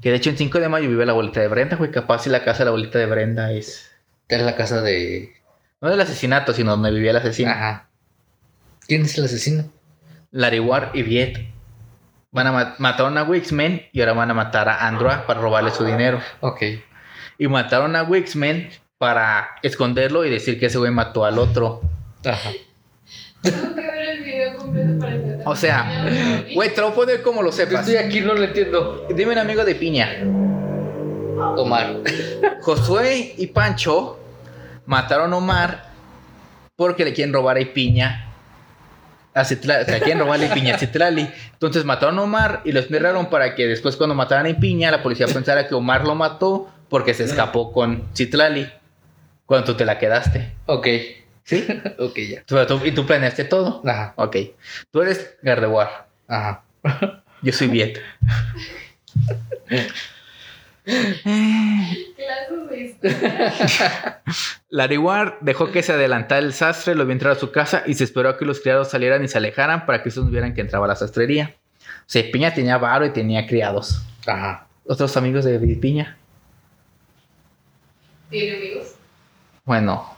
Speaker 1: Que de hecho en 5 de mayo vive la abuelita de Brenda, güey. Capaz si la casa de la abuelita de Brenda es.
Speaker 2: Es la casa de.
Speaker 1: No del asesinato, sino donde vivía el asesino.
Speaker 2: Ajá. ¿Quién es el asesino?
Speaker 1: Lariwar y Viet. Van a matar mataron a Wixman y ahora van a matar a Androa para robarle su dinero.
Speaker 2: Ok.
Speaker 1: y mataron a Wixman para esconderlo y decir que ese güey mató al otro.
Speaker 2: Ajá.
Speaker 3: Tengo que ver el video completo para entender.
Speaker 1: O sea, güey, te lo voy a poner como lo
Speaker 2: Yo
Speaker 1: sepas.
Speaker 2: estoy aquí, no lo entiendo.
Speaker 1: Dime un amigo de piña.
Speaker 2: Omar.
Speaker 1: Josué y Pancho mataron a Omar porque le quieren robar a piña. A Citlali, o sea, quieren robarle piña a Citlali. Entonces mataron a Omar y lo esmerraron para que después cuando mataran a piña la policía pensara que Omar lo mató porque se escapó con Citlali. Cuando tú te la quedaste.
Speaker 2: Ok.
Speaker 1: ¿Sí?
Speaker 2: Ok, ya.
Speaker 1: Tú- tú- y tú planeaste todo.
Speaker 2: Ajá.
Speaker 1: Ok. Tú eres Gardevoir.
Speaker 2: Ajá.
Speaker 1: Yo soy Viet.
Speaker 3: Clases de historia.
Speaker 1: Lariguar dejó que se adelantara el sastre, lo vio entrar a su casa y se esperó a que los criados salieran y se alejaran para que estos no vieran que entraba a la sastrería. O sea, Piña tenía varo y tenía criados.
Speaker 2: Ajá.
Speaker 1: Otros amigos de Piña.
Speaker 3: ¿Tiene amigos?
Speaker 1: Bueno,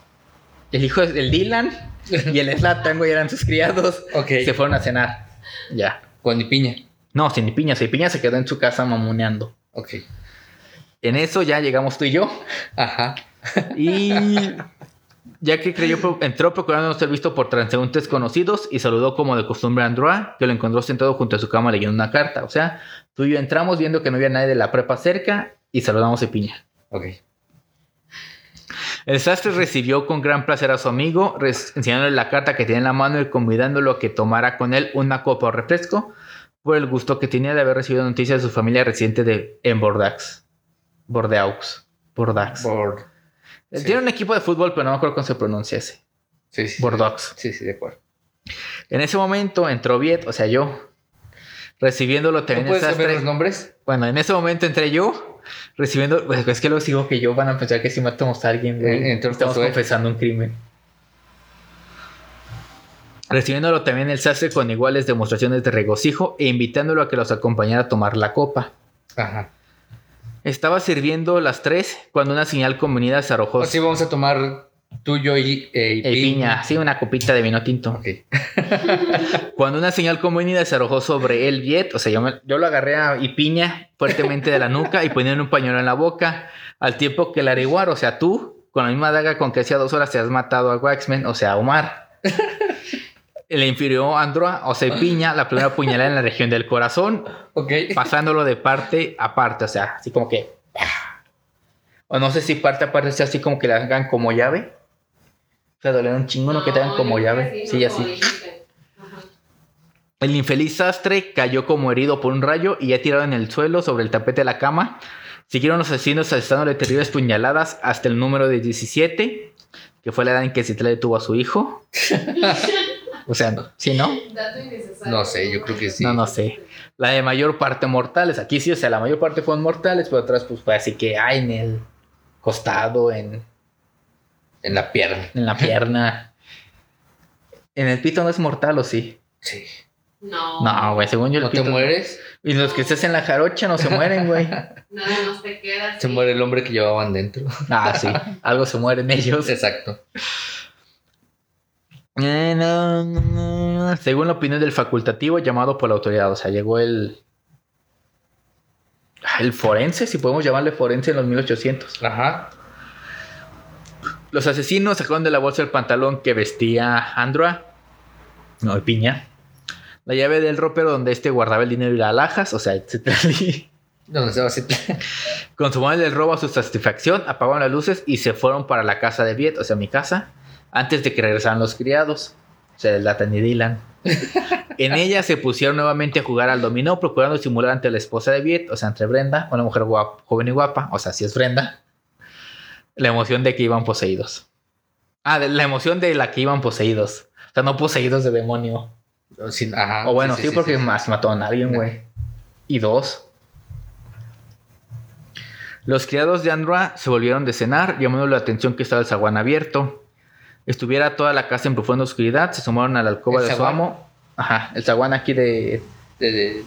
Speaker 1: el hijo del Dylan y el Slatan, güey, eran sus criados.
Speaker 2: Ok.
Speaker 1: Se fueron a cenar. Ya.
Speaker 2: Con mi piña.
Speaker 1: No, sin Piña. Sin Piña se quedó en su casa mamoneando.
Speaker 2: Ok.
Speaker 1: En eso ya llegamos tú y yo.
Speaker 2: Ajá.
Speaker 1: Y ya que creyó, pro- entró procurando no ser visto por transeúntes conocidos y saludó como de costumbre a Androa, que lo encontró sentado junto a su cama leyendo una carta. O sea, tú y yo entramos viendo que no había nadie de la prepa cerca y saludamos a Piña.
Speaker 2: Ok.
Speaker 1: El sastre recibió con gran placer a su amigo, res- enseñándole la carta que tenía en la mano y convidándolo a que tomara con él una copa o refresco por el gusto que tenía de haber recibido noticias de su familia reciente de, en Bordax. Bordeaux. Bordax.
Speaker 2: Por. sí.
Speaker 1: Tiene un equipo de fútbol, pero no me acuerdo cómo se pronuncia ese.
Speaker 2: Sí, sí.
Speaker 1: Bordox.
Speaker 2: Sí, sí, de acuerdo.
Speaker 1: En ese momento entró Viet, o sea, yo, recibiéndolo
Speaker 2: ¿No
Speaker 1: también el
Speaker 2: puedes saber
Speaker 1: sastre.
Speaker 2: los nombres?
Speaker 1: Bueno, en ese momento entré yo, recibiendo. pues, es que luego sigo que yo van a pensar que si matamos a alguien, güey,
Speaker 2: Eh, entró
Speaker 1: estamos
Speaker 2: Josué.
Speaker 1: confesando un crimen. Recibiéndolo también el sastre con iguales demostraciones de regocijo e invitándolo a que los acompañara a tomar la copa.
Speaker 2: Ajá.
Speaker 1: Estaba sirviendo las tres cuando una señal convenida se arrojó
Speaker 2: Así Pues vamos a tomar tuyo y, eh, y
Speaker 1: en Pues piña, sí, una copita de vino tinto.
Speaker 2: Ok.
Speaker 1: Cuando una señal convenida se arrojó sobre el Viet, o sea, yo, me- yo lo agarré a Ipiña fuertemente de la nuca y poniendo un pañuelo en la boca, al tiempo que el Ariguar, o sea, tú, con la misma daga con que hacía dos horas te has matado a Waxman, o sea, a Omar. Le infirió Androa, o sea, Ipiña, la primera puñalada en la región del corazón,
Speaker 2: Ok.
Speaker 1: pasándolo de parte a parte, o sea, así como que. O no sé si parte a parte sea así como que la hagan como llave. O sea, doler un chingo, ¿no? Que te hagan como
Speaker 3: yo creo
Speaker 1: llave.
Speaker 3: que
Speaker 1: Sí,
Speaker 3: ¿no?
Speaker 1: así.
Speaker 3: Como dijiste. Ajá.
Speaker 1: El infeliz sastre cayó como herido por un rayo y ya tirado en el suelo sobre el tapete de la cama. Siguieron los asesinos asestándole terribles puñaladas hasta el número de 17, que fue la edad en que Citlali tuvo a su hijo. o sea, no- sí, ¿no?
Speaker 3: Dato innecesario.
Speaker 2: No sé, yo creo que sí.
Speaker 1: No, no sé. La de mayor parte mortales. Aquí sí, o sea, la mayor parte fueron mortales, pero otras pues fue así que, ay, en el costado, en,
Speaker 2: En la pierna.
Speaker 1: en la pierna. En el pito no es mortal, ¿o sí?
Speaker 2: Sí.
Speaker 3: No.
Speaker 1: No, güey, según yo el
Speaker 2: ¿No te
Speaker 1: pito...
Speaker 2: mueres?
Speaker 1: Y los que estés en la jarocha no se mueren, güey.
Speaker 3: Nada más te quedas.
Speaker 2: Se muere el hombre que llevaban dentro.
Speaker 1: Ah, sí. Algo se mueren ellos.
Speaker 2: Exacto.
Speaker 1: Eh, no, no, no. Según la opinión del facultativo llamado por la autoridad. O sea, llegó el... ah, El forense, si podemos llamarle forense en los 1800.
Speaker 2: Ajá.
Speaker 1: Los asesinos sacaron de la bolsa el pantalón que vestía Androa. No, de piña. La llave del ropero donde este guardaba el dinero y las alhajas. O sea, etcétera.
Speaker 2: ¿Dónde se va a hacer?
Speaker 1: Consumaron el robo a su satisfacción, apagaron las luces y se fueron para la casa de Viet, o sea, mi casa, antes de que regresaran los criados, o sea, el Latan y Dylan. en ella se pusieron nuevamente a jugar al dominó, procurando simular ante la esposa de Viet, o sea, entre Brenda, una mujer guap- joven y guapa, o sea, si es Brenda, la emoción de que iban poseídos. Ah, de la emoción de la que iban poseídos. O sea, no poseídos de demonio.
Speaker 2: Sin- Ajá.
Speaker 1: O bueno, Ah, sí, porque más mataron a alguien, güey. Y dos. Los criados de Androa se volvieron de cenar, llamando la atención que estaba el zaguán abierto. Estuviera toda la casa en profunda oscuridad, se sumaron a la alcoba
Speaker 2: ¿El
Speaker 1: de su
Speaker 2: zaguán?
Speaker 1: amo. Ajá, el zaguán aquí de.
Speaker 2: De- de-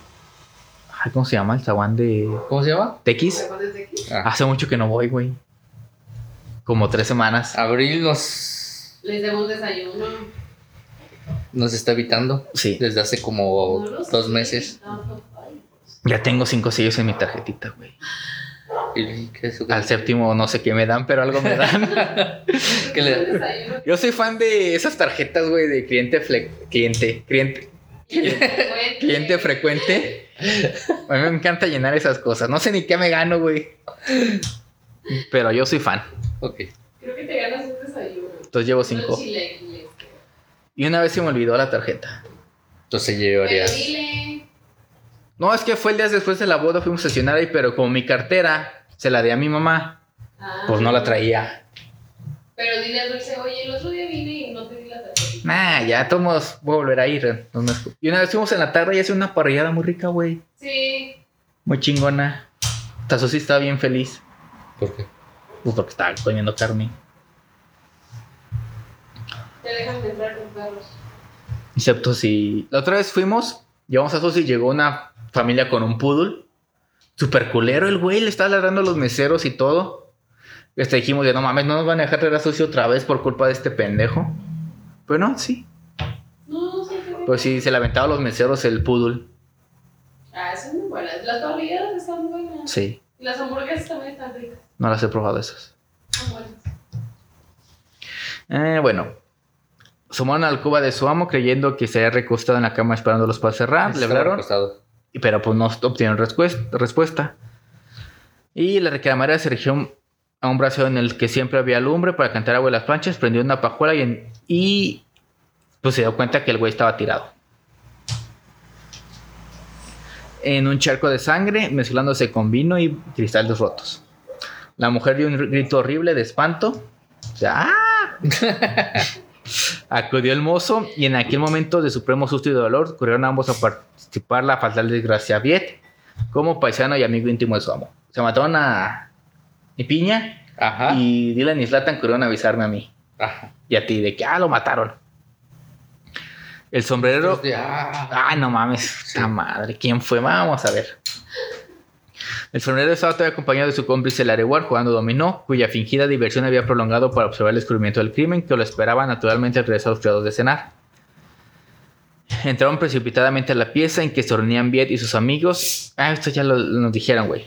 Speaker 1: ay, ¿Cómo se llama? El zaguán de.
Speaker 2: ¿Cómo se llama?
Speaker 1: Tequis.
Speaker 3: Desde aquí.
Speaker 2: Ah,
Speaker 1: Hace mucho que no voy, güey. Como tres semanas.
Speaker 2: Abril nos,
Speaker 3: Les damos desayuno.
Speaker 2: nos está evitando
Speaker 1: Sí.
Speaker 2: desde hace como
Speaker 3: No lo sé,
Speaker 2: dos meses.
Speaker 3: tampoco. Ay,
Speaker 1: Ya tengo cinco sellos en mi tarjetita, güey.
Speaker 2: Y que eso-
Speaker 1: Al séptimo no sé qué me dan, pero algo me dan.
Speaker 2: ¿Qué le-
Speaker 3: desayuno.
Speaker 1: Yo soy fan de esas tarjetas, güey, de cliente flex, cliente, cliente,
Speaker 3: Cliente
Speaker 1: Cliente frecuente. A mí me encanta llenar esas cosas. No sé ni qué me gano, güey. Pero yo soy fan.
Speaker 2: Ok.
Speaker 3: Creo que te ganas un desayuno.
Speaker 1: Entonces llevo
Speaker 3: Unos
Speaker 1: cinco.
Speaker 3: chilaquiles.
Speaker 1: Y una vez se me olvidó la tarjeta.
Speaker 2: Entonces
Speaker 3: Pero
Speaker 2: llevarías.
Speaker 3: dile.
Speaker 1: No, es que fue el día después de la boda, fuimos a cenar ahí, pero como mi cartera se la di a mi mamá,
Speaker 3: ah,
Speaker 1: pues no la traía.
Speaker 3: Pero dile a Dulce, oye, el otro día vine y no te di la tarjeta.
Speaker 1: Nah, ya todos voy a volver a ir. no me- Y una vez fuimos en la tarde y hice una parrillada muy rica, güey.
Speaker 3: Sí.
Speaker 1: Muy chingona. Tazo sí estaba bien feliz.
Speaker 2: ¿Por qué?
Speaker 1: Pues porque estaba comiendo carne.
Speaker 3: Te dejan entrar con perros.
Speaker 1: Excepto si. La otra vez fuimos, llevamos a Sos y llegó una familia con un poodle. Super culero el güey, le estaba ladrando a los meseros y todo. Este, dijimos de no mames, no nos van a dejar traer a Susi otra vez por culpa de este pendejo. Pero no, sí.
Speaker 3: No, no sé qué.
Speaker 1: Pues sí, se le aventaba a los meseros el poodle.
Speaker 3: Ah, son muy buenas. Las torridas están buenas.
Speaker 1: Sí,
Speaker 3: Y las hamburguesas también están ricas.
Speaker 1: no las he probado esas.
Speaker 3: Son buenas.
Speaker 1: Eh, bueno. Sumaron al cuba de su amo creyendo que se había recostado en la cama esperándolos para cerrar. Le
Speaker 2: Estaba
Speaker 1: hablaron.
Speaker 2: recostado.
Speaker 1: y- pero pues no obtuvieron respues- respuesta. Y la reclamadera se dirigió a un brazo en el que siempre había lumbre para cantar agua de las planchas, prendió una pajuela y, en- y, pues se dio cuenta que el güey estaba tirado. En un charco de sangre, mezclándose con vino y cristales rotos. La mujer dio un grito horrible de espanto. O sea, ¡ah! Acudió el mozo y en aquel momento de supremo susto y dolor corrieron ambos a participar la fatal desgracia Viet como paisano y amigo íntimo de su amo. Se mataron a mi piña
Speaker 2: Ajá.
Speaker 1: y Dylan y Slatan corrieron a avisarme a mí
Speaker 2: Ajá.
Speaker 1: y a ti de que ah, lo mataron. El sombrero.
Speaker 2: Entonces, ah,
Speaker 1: Ah, no mames, esta madre. ¿Quién fue? Vamos a ver. El sombrero estaba todavía acompañado de su cómplice Larewar jugando dominó, cuya fingida diversión había prolongado para observar el descubrimiento del crimen que lo esperaba naturalmente al regresar a los criados de cenar. Entraron precipitadamente a la pieza en que se reunían Viet y sus amigos. Ah, esto ya lo, nos dijeron, güey.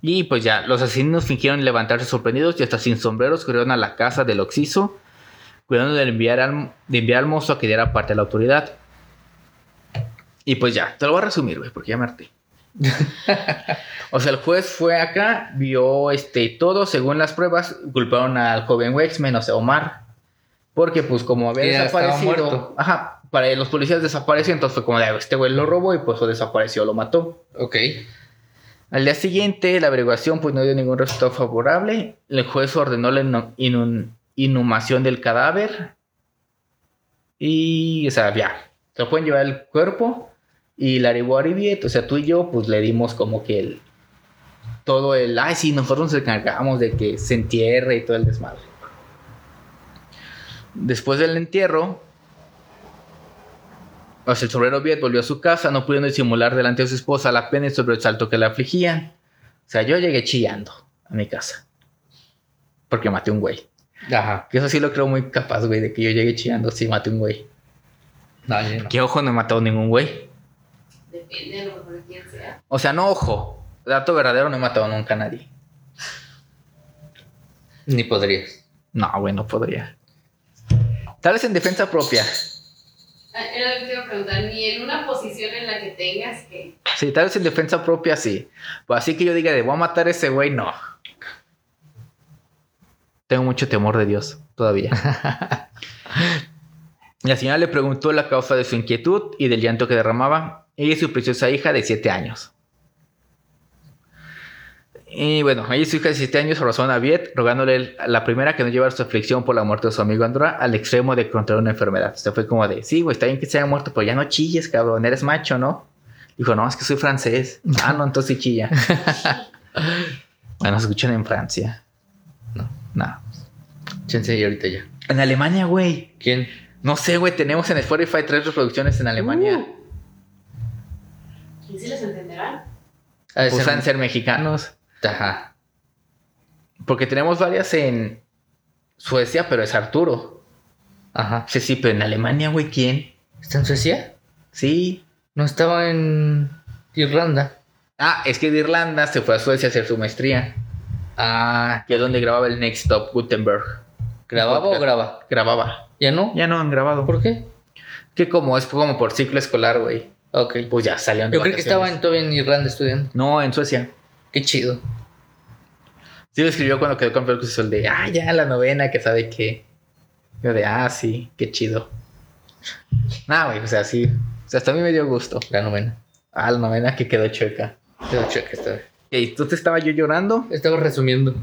Speaker 1: Y pues ya, los asesinos fingieron levantarse sorprendidos y hasta sin sombreros corrieron a la casa del Oxiso, cuidando de enviar al, de enviar al mozo a que diera parte a la autoridad. Y pues ya, te lo voy a resumir, güey, porque ya me harté. o sea, el juez fue acá, vio este todo, según las pruebas, culparon al joven Wexman, o sea, Omar. Porque pues como había
Speaker 2: Que ya estaba
Speaker 1: desaparecido,
Speaker 2: muerto.
Speaker 1: ajá, para los policías desapareció, entonces fue como de, "Ah, este güey lo robó y pues lo desapareció, lo mató.
Speaker 2: ok.
Speaker 1: Al día siguiente, la averiguación pues no dio ningún resultado favorable. El juez ordenó la inu- inun- inhumación del cadáver. Y, o sea, ya. Se lo pueden llevar el cuerpo. Y la Ariviet, o sea, tú y yo, pues le dimos como que el. Todo el. Ay, sí, nosotros nos encargamos de que se entierre y todo el desmadre. Después del entierro, o sea, el sobrero Viet volvió a su casa, no pudiendo disimular delante de su esposa la pena y el sobresalto que le afligían. O sea, yo llegué chillando a mi casa. Porque maté un güey.
Speaker 2: Ajá.
Speaker 1: Que eso sí lo creo muy capaz, güey, de que yo llegué chillando si maté un güey.
Speaker 2: No, yo no.
Speaker 1: Que ojo, no he matado ningún güey.
Speaker 3: Depende a lo mejor de quién sea.
Speaker 1: O sea, no ojo. Dato verdadero, no he matado nunca a nadie.
Speaker 2: Ni podrías.
Speaker 1: No, güey, no podría. Tal vez en defensa propia.
Speaker 3: Ah, Era lo que te iba a preguntar. Ni en una posición en la que tengas que.
Speaker 1: Sí, tal vez en defensa propia, sí. Pues así que yo diga, de voy a matar a ese güey, no. Tengo mucho temor de Dios, todavía. la señora le preguntó la causa de su inquietud y del llanto que derramaba. Ella y su preciosa hija de 7 años. Y bueno, ella y su hija de 7 años abrazaron a Viet, rogándole a la primera que no llevara su aflicción por la muerte de su amigo Andra al extremo de contraer una enfermedad. O sea, fue como de, sí, güey, está bien que se haya muerto, pero ya no chilles, cabrón, eres macho, ¿no? Dijo, no, es que soy francés. Ah, no, entonces sí chilla. bueno, se escuchan en Francia. No, no.
Speaker 2: Chense y ahorita ya.
Speaker 1: En Alemania, güey.
Speaker 2: ¿Quién?
Speaker 1: No sé, güey, tenemos en Spotify tres reproducciones en Alemania.
Speaker 2: Uh,
Speaker 3: ¿Y si les entenderán?
Speaker 2: ha de
Speaker 1: pues
Speaker 2: ser-
Speaker 1: han de ser mexicanos.
Speaker 2: Ajá.
Speaker 1: Porque tenemos varias en Suecia, pero es Arturo.
Speaker 2: Ajá.
Speaker 1: Sí, sí, pero en Alemania, güey, ¿quién?
Speaker 2: ¿Está en Suecia?
Speaker 1: Sí.
Speaker 2: No estaba en Irlanda.
Speaker 1: Ah, es que de Irlanda se fue a Suecia a hacer su maestría.
Speaker 2: Ah,
Speaker 1: Que es donde grababa el Next Stop Gutenberg.
Speaker 2: ¿grababa o
Speaker 1: Podcast.
Speaker 2: graba?
Speaker 1: Grababa.
Speaker 2: ¿Ya no?
Speaker 1: Ya no han grabado.
Speaker 2: ¿Por qué?
Speaker 1: Que como es como por ciclo escolar, güey.
Speaker 2: Ok.
Speaker 1: Pues ya salieron. de
Speaker 2: Yo creo que estaba
Speaker 1: vacaciones.
Speaker 2: en- todavía en Irlanda estudiando.
Speaker 1: No, en Suecia.
Speaker 2: Qué chido.
Speaker 1: Sí lo escribió cuando quedó campeón Cruz Azul de, ah, ya, la novena, que sabe qué. Yo de, ah, sí, qué chido. Nah, güey, o sea, sí. O sea, hasta a mí me dio gusto.
Speaker 2: La novena.
Speaker 1: Ah, la novena que quedó chueca.
Speaker 2: Pero checa, estaba-
Speaker 1: Y tú te estaba yo llorando.
Speaker 2: Estaba resumiendo.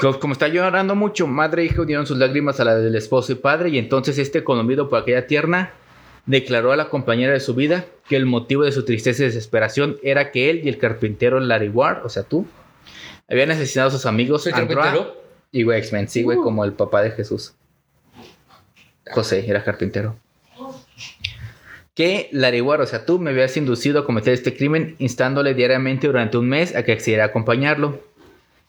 Speaker 1: Co- Como está llorando mucho, madre e hija unieron sus lágrimas a las del esposo y padre, y entonces este, conmovido por aquella tierna, declaró a la compañera de su vida que el motivo de su tristeza y desesperación era que él y el carpintero Larry Ward, o sea tú, habían asesinado a sus amigos
Speaker 2: ¿Soy
Speaker 1: Androa
Speaker 2: carpintero?
Speaker 1: y güey, X-Men, sí, güey,
Speaker 2: Uh.
Speaker 1: como el papá de Jesús. José era carpintero.
Speaker 3: Oh,
Speaker 1: Que Larry Ward, o sea tú, me habías inducido a cometer este crimen, instándole diariamente durante un mes a que accediera a acompañarlo.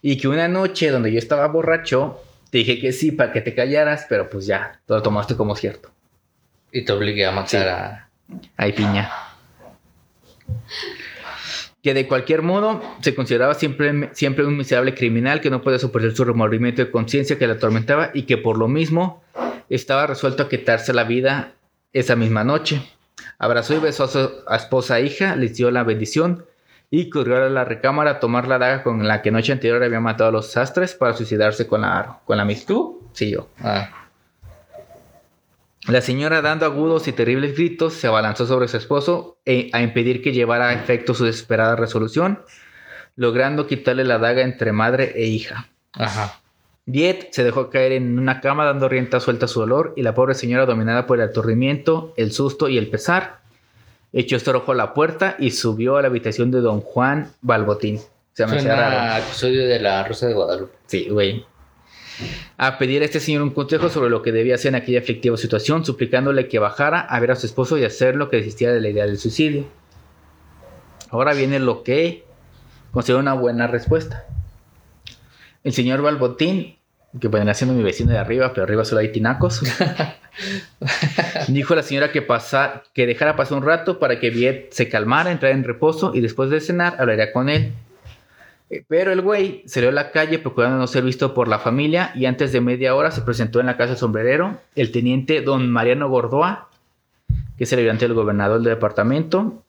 Speaker 1: Y que una noche donde yo estaba borracho, te dije que sí para que te callaras, pero pues ya, todo lo tomaste como cierto.
Speaker 2: Y te obligué a matar
Speaker 1: Sí.
Speaker 2: a.
Speaker 1: Ay, piña. Que de cualquier modo se consideraba siempre, siempre un miserable criminal que no podía soportar su remordimiento de conciencia que le atormentaba y que por lo mismo estaba resuelto a quitarse la vida esa misma noche. Abrazó y besó a su a esposa e hija, les dio la bendición y corrió a la recámara a tomar la daga con la que noche anterior había matado a los sastres para suicidarse con la, con la misma.
Speaker 2: ¿Tú?
Speaker 1: Sí, yo.
Speaker 2: Ah,
Speaker 1: La señora, dando agudos y terribles gritos, se abalanzó sobre su esposo e- a impedir que llevara a efecto su desesperada resolución, logrando quitarle la daga entre madre e hija.
Speaker 2: ajá.
Speaker 1: Diet se dejó caer en una cama dando rienda suelta a su dolor y la pobre señora, dominada por el aturdimiento, el susto y el pesar, echó estrojo a la puerta y subió a la habitación de don Juan Balbotín. Se me hace raro.
Speaker 2: Suena a episodio de La Rosa de Guadalupe.
Speaker 1: Sí, güey. A pedir a este señor un consejo sobre lo que debía hacer en aquella aflictiva situación, suplicándole que bajara a ver a su esposo y hacer lo que desistiera de la idea del suicidio. Ahora viene lo que considero una buena respuesta. El señor Balbotín, que vendrá siendo mi vecino de arriba, pero arriba solo hay tinacos, dijo a la señora que, pasa, que dejara pasar un rato para que Viet se calmara, entrara en reposo y después de cenar hablaría con él. Eh, Pero el güey salió a la calle procurando no ser visto por la familia y antes de media hora se presentó en la casa del sombrerero el teniente don Mariano Gordoa, que es el ayudante del gobernador del departamento.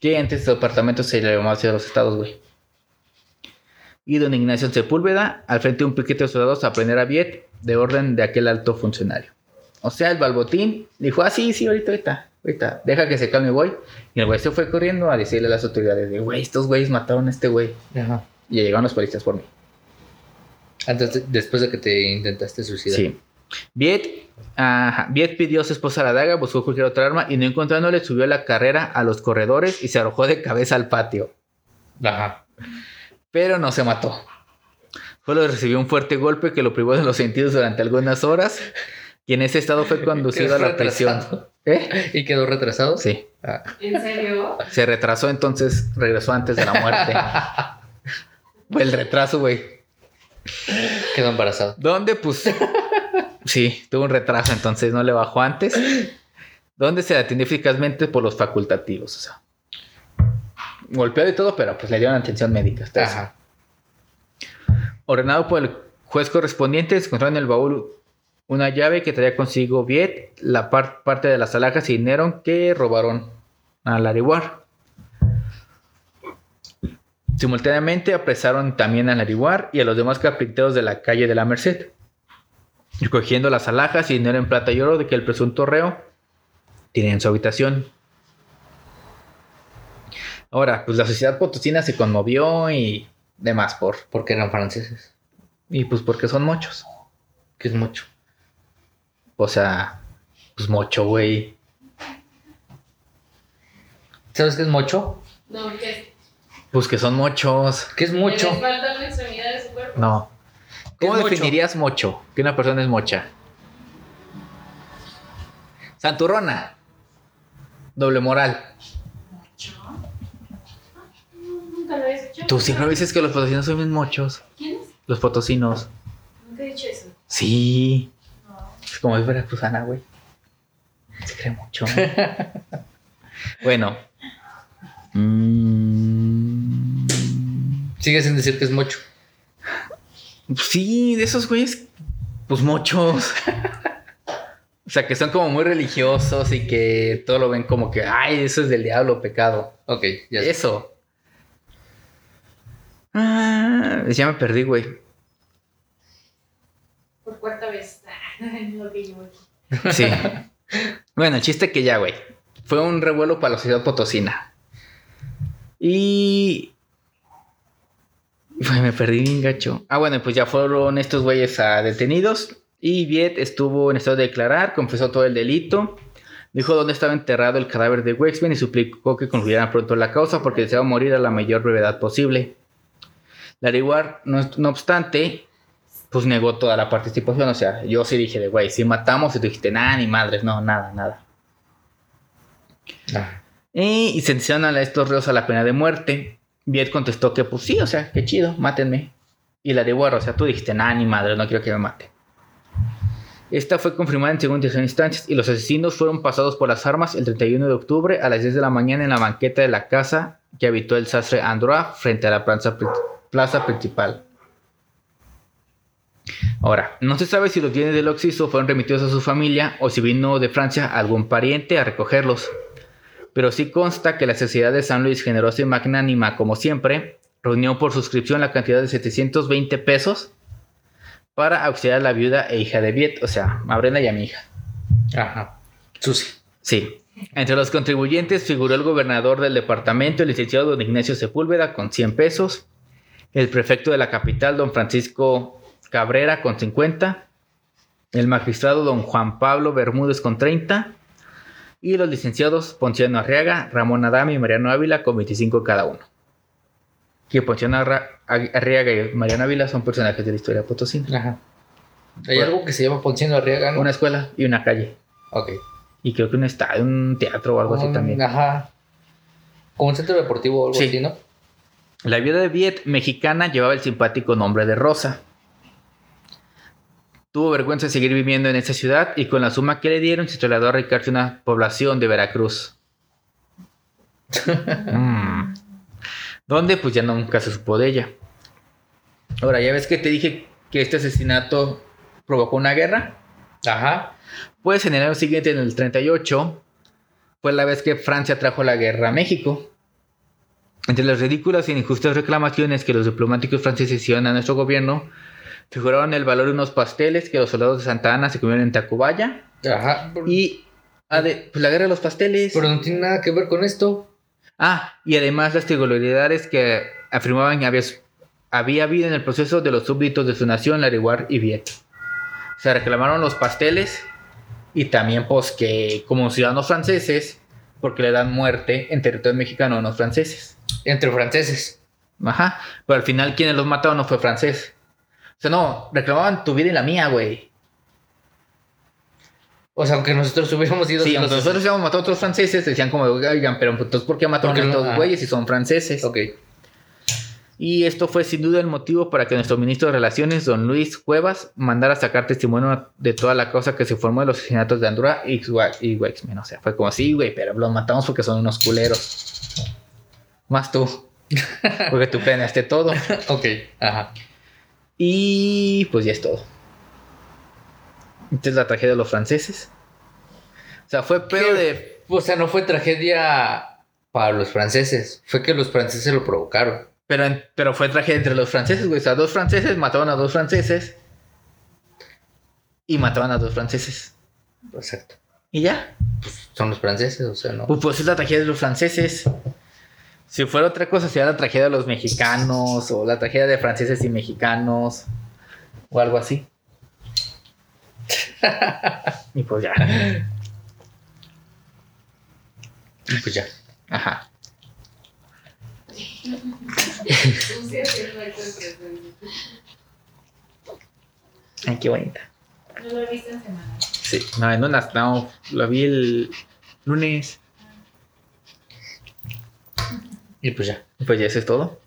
Speaker 1: Que antes del departamento se le llamaba hacia los estados, güey. Y don Ignacio Sepúlveda, al frente de un piquete de soldados a prender a Viet de orden de aquel alto funcionario. O sea, el balbotín dijo, ah, sí, sí, ahorita, ahorita, ahorita, deja que se calme, güey. Y el güey se fue corriendo a decirle a las autoridades de, güey, estos güeyes mataron a este güey.
Speaker 2: Ajá.
Speaker 1: Y llegaron los policías por mí.
Speaker 2: Antes de- después de que te intentaste suicidar.
Speaker 1: Sí. Viet, ajá, Viet pidió a su esposa la daga, buscó cualquier otra arma y no encontrándole subió a la carrera a los corredores y se arrojó de cabeza al patio.
Speaker 2: Ajá.
Speaker 1: Pero no se mató. Solo recibió un fuerte golpe que lo privó de los sentidos durante algunas horas y en ese estado fue conducido a la prisión.
Speaker 2: retrasado.
Speaker 1: ¿Eh?
Speaker 2: ¿Y quedó retrasado?
Speaker 1: Sí.
Speaker 2: Ah.
Speaker 3: ¿En serio?
Speaker 1: Se retrasó, entonces regresó antes de la muerte. Fue el retraso, güey.
Speaker 2: Quedó embarazado.
Speaker 1: ¿Dónde? Pues sí, tuvo un retraso, entonces no le bajó antes. ¿Dónde se le atendió eficazmente por los facultativos? O sea, golpeado y todo, pero pues le dieron atención médica. hasta eso.
Speaker 2: Ajá.
Speaker 1: Ordenado por el juez correspondiente, se encontró en el baúl una llave que traía consigo Viet, la par- parte de las alhajas y dinero que robaron al Ariwar. Simultáneamente apresaron también al Ariwar y a los demás carpinteros de la calle de la Merced, recogiendo las alhajas y dinero en plata y oro de que el presunto reo tiene en su habitación. Ahora, pues la sociedad potosina se conmovió y demás por
Speaker 2: Porque eran franceses.
Speaker 1: y pues porque son mochos.
Speaker 2: Que es mucho.
Speaker 1: O sea, pues mocho, güey.
Speaker 2: ¿Sabes qué es mocho?
Speaker 3: No, porque
Speaker 1: Pues que son mochos.
Speaker 2: ¿Qué es
Speaker 3: mucho.
Speaker 2: mocho?
Speaker 3: les falta una extremidad de su cuerpo.
Speaker 1: No.
Speaker 2: ¿Qué
Speaker 1: ¿Cómo
Speaker 2: es mocho?
Speaker 1: definirías mocho? Que una persona es mocha. Santurrona. Doble moral.
Speaker 3: Ah, Nunca lo habías hecho.
Speaker 1: Tú siempre me dices que los potosinos son bien mochos.
Speaker 3: ¿Quién es?
Speaker 1: Los potosinos.
Speaker 3: Nunca he dicho eso.
Speaker 1: Sí.
Speaker 3: No.
Speaker 1: Es como es veracruzana, güey. Se cree mucho. bueno. Mm.
Speaker 2: Sigue sin decir que es mocho.
Speaker 1: Sí, de esos güeyes, pues mochos. sea, que son como muy religiosos y que todo lo ven como que, ay, eso es del diablo, pecado.
Speaker 2: Ok, ya sé.
Speaker 1: Eso. Ah, ya me perdí, güey.
Speaker 3: Por cuarta vez. Ah, Lo que yo aquí.
Speaker 1: Sí. bueno, el chiste que ya, güey. Fue un revuelo para la ciudad potosina. Y... Güey, me perdí bien gacho. Ah, bueno, pues ya fueron estos güeyes a detenidos. Y Viet estuvo en estado de declarar, confesó todo el delito. Dijo dónde estaba enterrado el cadáver de Wexman y suplicó que concluyeran pronto la causa porque deseaba morir a la mayor brevedad posible. Lariguar, no, no obstante, pues negó toda la participación. O sea, yo sí dije de, güey, si matamos y tú dijiste, nada, ni madres, no, nada, nada.
Speaker 2: Ah,
Speaker 1: Eh, Y, y sentenciaron a estos reos a la pena de muerte. Viet contestó que, pues sí, o sea, qué chido, mátenme. Y Lariguar, o sea, tú dijiste, nada, ni madres, no quiero que me maten. Esta fue confirmada en segunda y tercera instancias y los asesinos fueron pasados por las armas el 31 de octubre a las 10 de la mañana en la banqueta de la casa que habitó el sastre Androa frente a la plaza, pri- plaza principal. Ahora, no se sabe si los bienes del Oxiso fueron remitidos a su familia o si vino de Francia algún pariente a recogerlos. Pero sí consta que la Sociedad de San Luis, generosa y magnánima como siempre, reunió por suscripción la cantidad de 720 pesos para auxiliar a la viuda e hija de Viet, o sea, a Brenda y a mi hija.
Speaker 2: Ajá. Susi.
Speaker 1: Sí. Entre los contribuyentes figuró el gobernador del departamento, el licenciado don Ignacio Sepúlveda, con 100 pesos, el prefecto de la capital, don Francisco Cabrera, con 50, el magistrado don Juan Pablo Bermúdez, con 30, y los licenciados Ponciano Arriaga, Ramón Adame y Mariano Ávila, con 25 cada uno. Que Ponciano Arra- Arriaga y Mariano Ávila son personajes de la historia potosina.
Speaker 2: Ajá. Hay algo que se llama Ponciano Arriaga. ¿no?
Speaker 1: Una escuela y una calle.
Speaker 2: Ok.
Speaker 1: Y creo que un estadio, un teatro o algo así
Speaker 2: Un-
Speaker 1: también.
Speaker 2: Ajá. Como un centro deportivo o algo
Speaker 1: Sí.
Speaker 2: así, ¿no?
Speaker 1: La viuda de Viet mexicana llevaba el simpático nombre de Rosa. Tuvo vergüenza de seguir viviendo en esa ciudad y con la suma que le dieron se trasladó a radicarse a una población de Veracruz. Mm. ¿Dónde? Pues ya nunca se supo de ella. Ahora, ya ves que te dije que este asesinato provocó una guerra.
Speaker 2: Ajá.
Speaker 1: Pues en el año siguiente, en el 38, fue la vez que Francia trajo la guerra a México. Entre las ridículas e injustas reclamaciones que los diplomáticos franceses hicieron a nuestro gobierno, figuraron el valor de unos pasteles que los soldados de Santa Ana se comieron en Tacubaya
Speaker 2: Ajá. Pero,
Speaker 1: y ade- pues, la guerra de los pasteles.
Speaker 2: pero no tiene nada que ver con esto.
Speaker 1: Ah, y además las irregularidades que afirmaban que había, había habido en el proceso de los súbditos de su nación, Lariguar y Viet. Se reclamaron los pasteles y también pues que como ciudadanos franceses, porque le dan muerte en territorio mexicano a unos franceses.
Speaker 2: Entre franceses.
Speaker 1: Ajá, pero al final quienes los mataron no fue francés. O sea, no, reclamaban tu vida y la mía, güey.
Speaker 2: O sea, aunque nosotros hubiéramos ido
Speaker 1: Sí,
Speaker 2: a los-
Speaker 1: aunque nosotros habíamos matado a otros franceses, decían como, oigan, pero entonces ¿por qué mataron
Speaker 2: Porque
Speaker 1: a
Speaker 2: no-
Speaker 1: estos
Speaker 2: ajá.
Speaker 1: güeyes si son franceses?
Speaker 2: Ok.
Speaker 1: Y esto fue sin duda el motivo para que nuestro ministro de Relaciones, don Luis Cuevas, mandara sacar testimonio de toda la causa que se formó de los asesinatos de Andorra y, Gua- y Wexman. O sea, fue como sí, güey, pero los matamos porque son unos culeros. Más tú. Porque tú planeaste todo.
Speaker 2: Ok. Ajá.
Speaker 1: Y pues ya es todo. Esta es la tragedia de los franceses. O sea, fue pedo de.
Speaker 2: O sea, no fue tragedia para los franceses. Fue que los franceses lo provocaron.
Speaker 1: Pero, en- pero fue tragedia entre los franceses, güey. O sea, dos franceses mataron a dos franceses. Y mataron a dos franceses.
Speaker 2: Exacto.
Speaker 1: Y ya.
Speaker 2: Son los franceses, o sea, no.
Speaker 1: Pues, pues es la tragedia de los franceses. Si fuera otra cosa, sería la tragedia de los mexicanos o la tragedia de franceses y mexicanos o algo así. y pues ya.
Speaker 2: Y Pues ya.
Speaker 1: Ajá.
Speaker 3: Tú sí hacías acto de presencia.
Speaker 1: Ay, qué bonita.
Speaker 3: No lo viste en semana.
Speaker 1: Sí. No, en unas, no. Lo vi el lunes.
Speaker 2: Y pues ya.
Speaker 1: Y Pues ya eso es todo.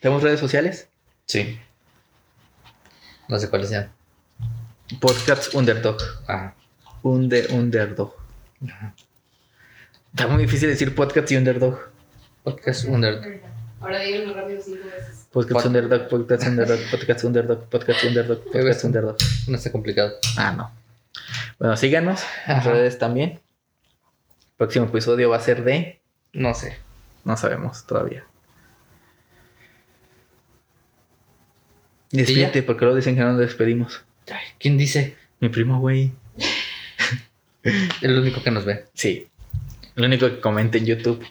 Speaker 1: ¿Tenemos redes sociales?
Speaker 2: Sí. No sé cuáles sean. Ah,
Speaker 1: Podcast Underdog.
Speaker 2: Ajá.
Speaker 1: Under, underdog.
Speaker 2: Ajá.
Speaker 1: Está muy difícil decir podcast y underdog.
Speaker 2: Podcast Underdog.
Speaker 3: Ahora díganlo rápido cinco veces.
Speaker 1: Podcast
Speaker 2: Pod-
Speaker 1: Underdog, Podcast Underdog, Podcast Underdog, Podcast Underdog,
Speaker 2: Ahí ves
Speaker 1: Podcast
Speaker 2: tú.
Speaker 1: Underdog.
Speaker 2: No está complicado.
Speaker 1: Ah, no. Bueno, síganos en
Speaker 2: Ajá.
Speaker 1: redes también. El próximo episodio va a ser de.
Speaker 2: No sé.
Speaker 1: No sabemos todavía. Y
Speaker 2: ya?
Speaker 1: Despídete, porque luego dicen que no nos despedimos.
Speaker 2: Ay, ¿Quién dice?
Speaker 1: Mi primo, güey.
Speaker 2: El único que nos ve.
Speaker 1: Sí. Lo único que comenta en YouTube.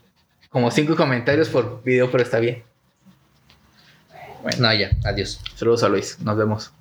Speaker 1: Como cinco comentarios por video, pero está bien.
Speaker 2: No, ya. Adiós.
Speaker 1: Saludos a Luis. Nos vemos.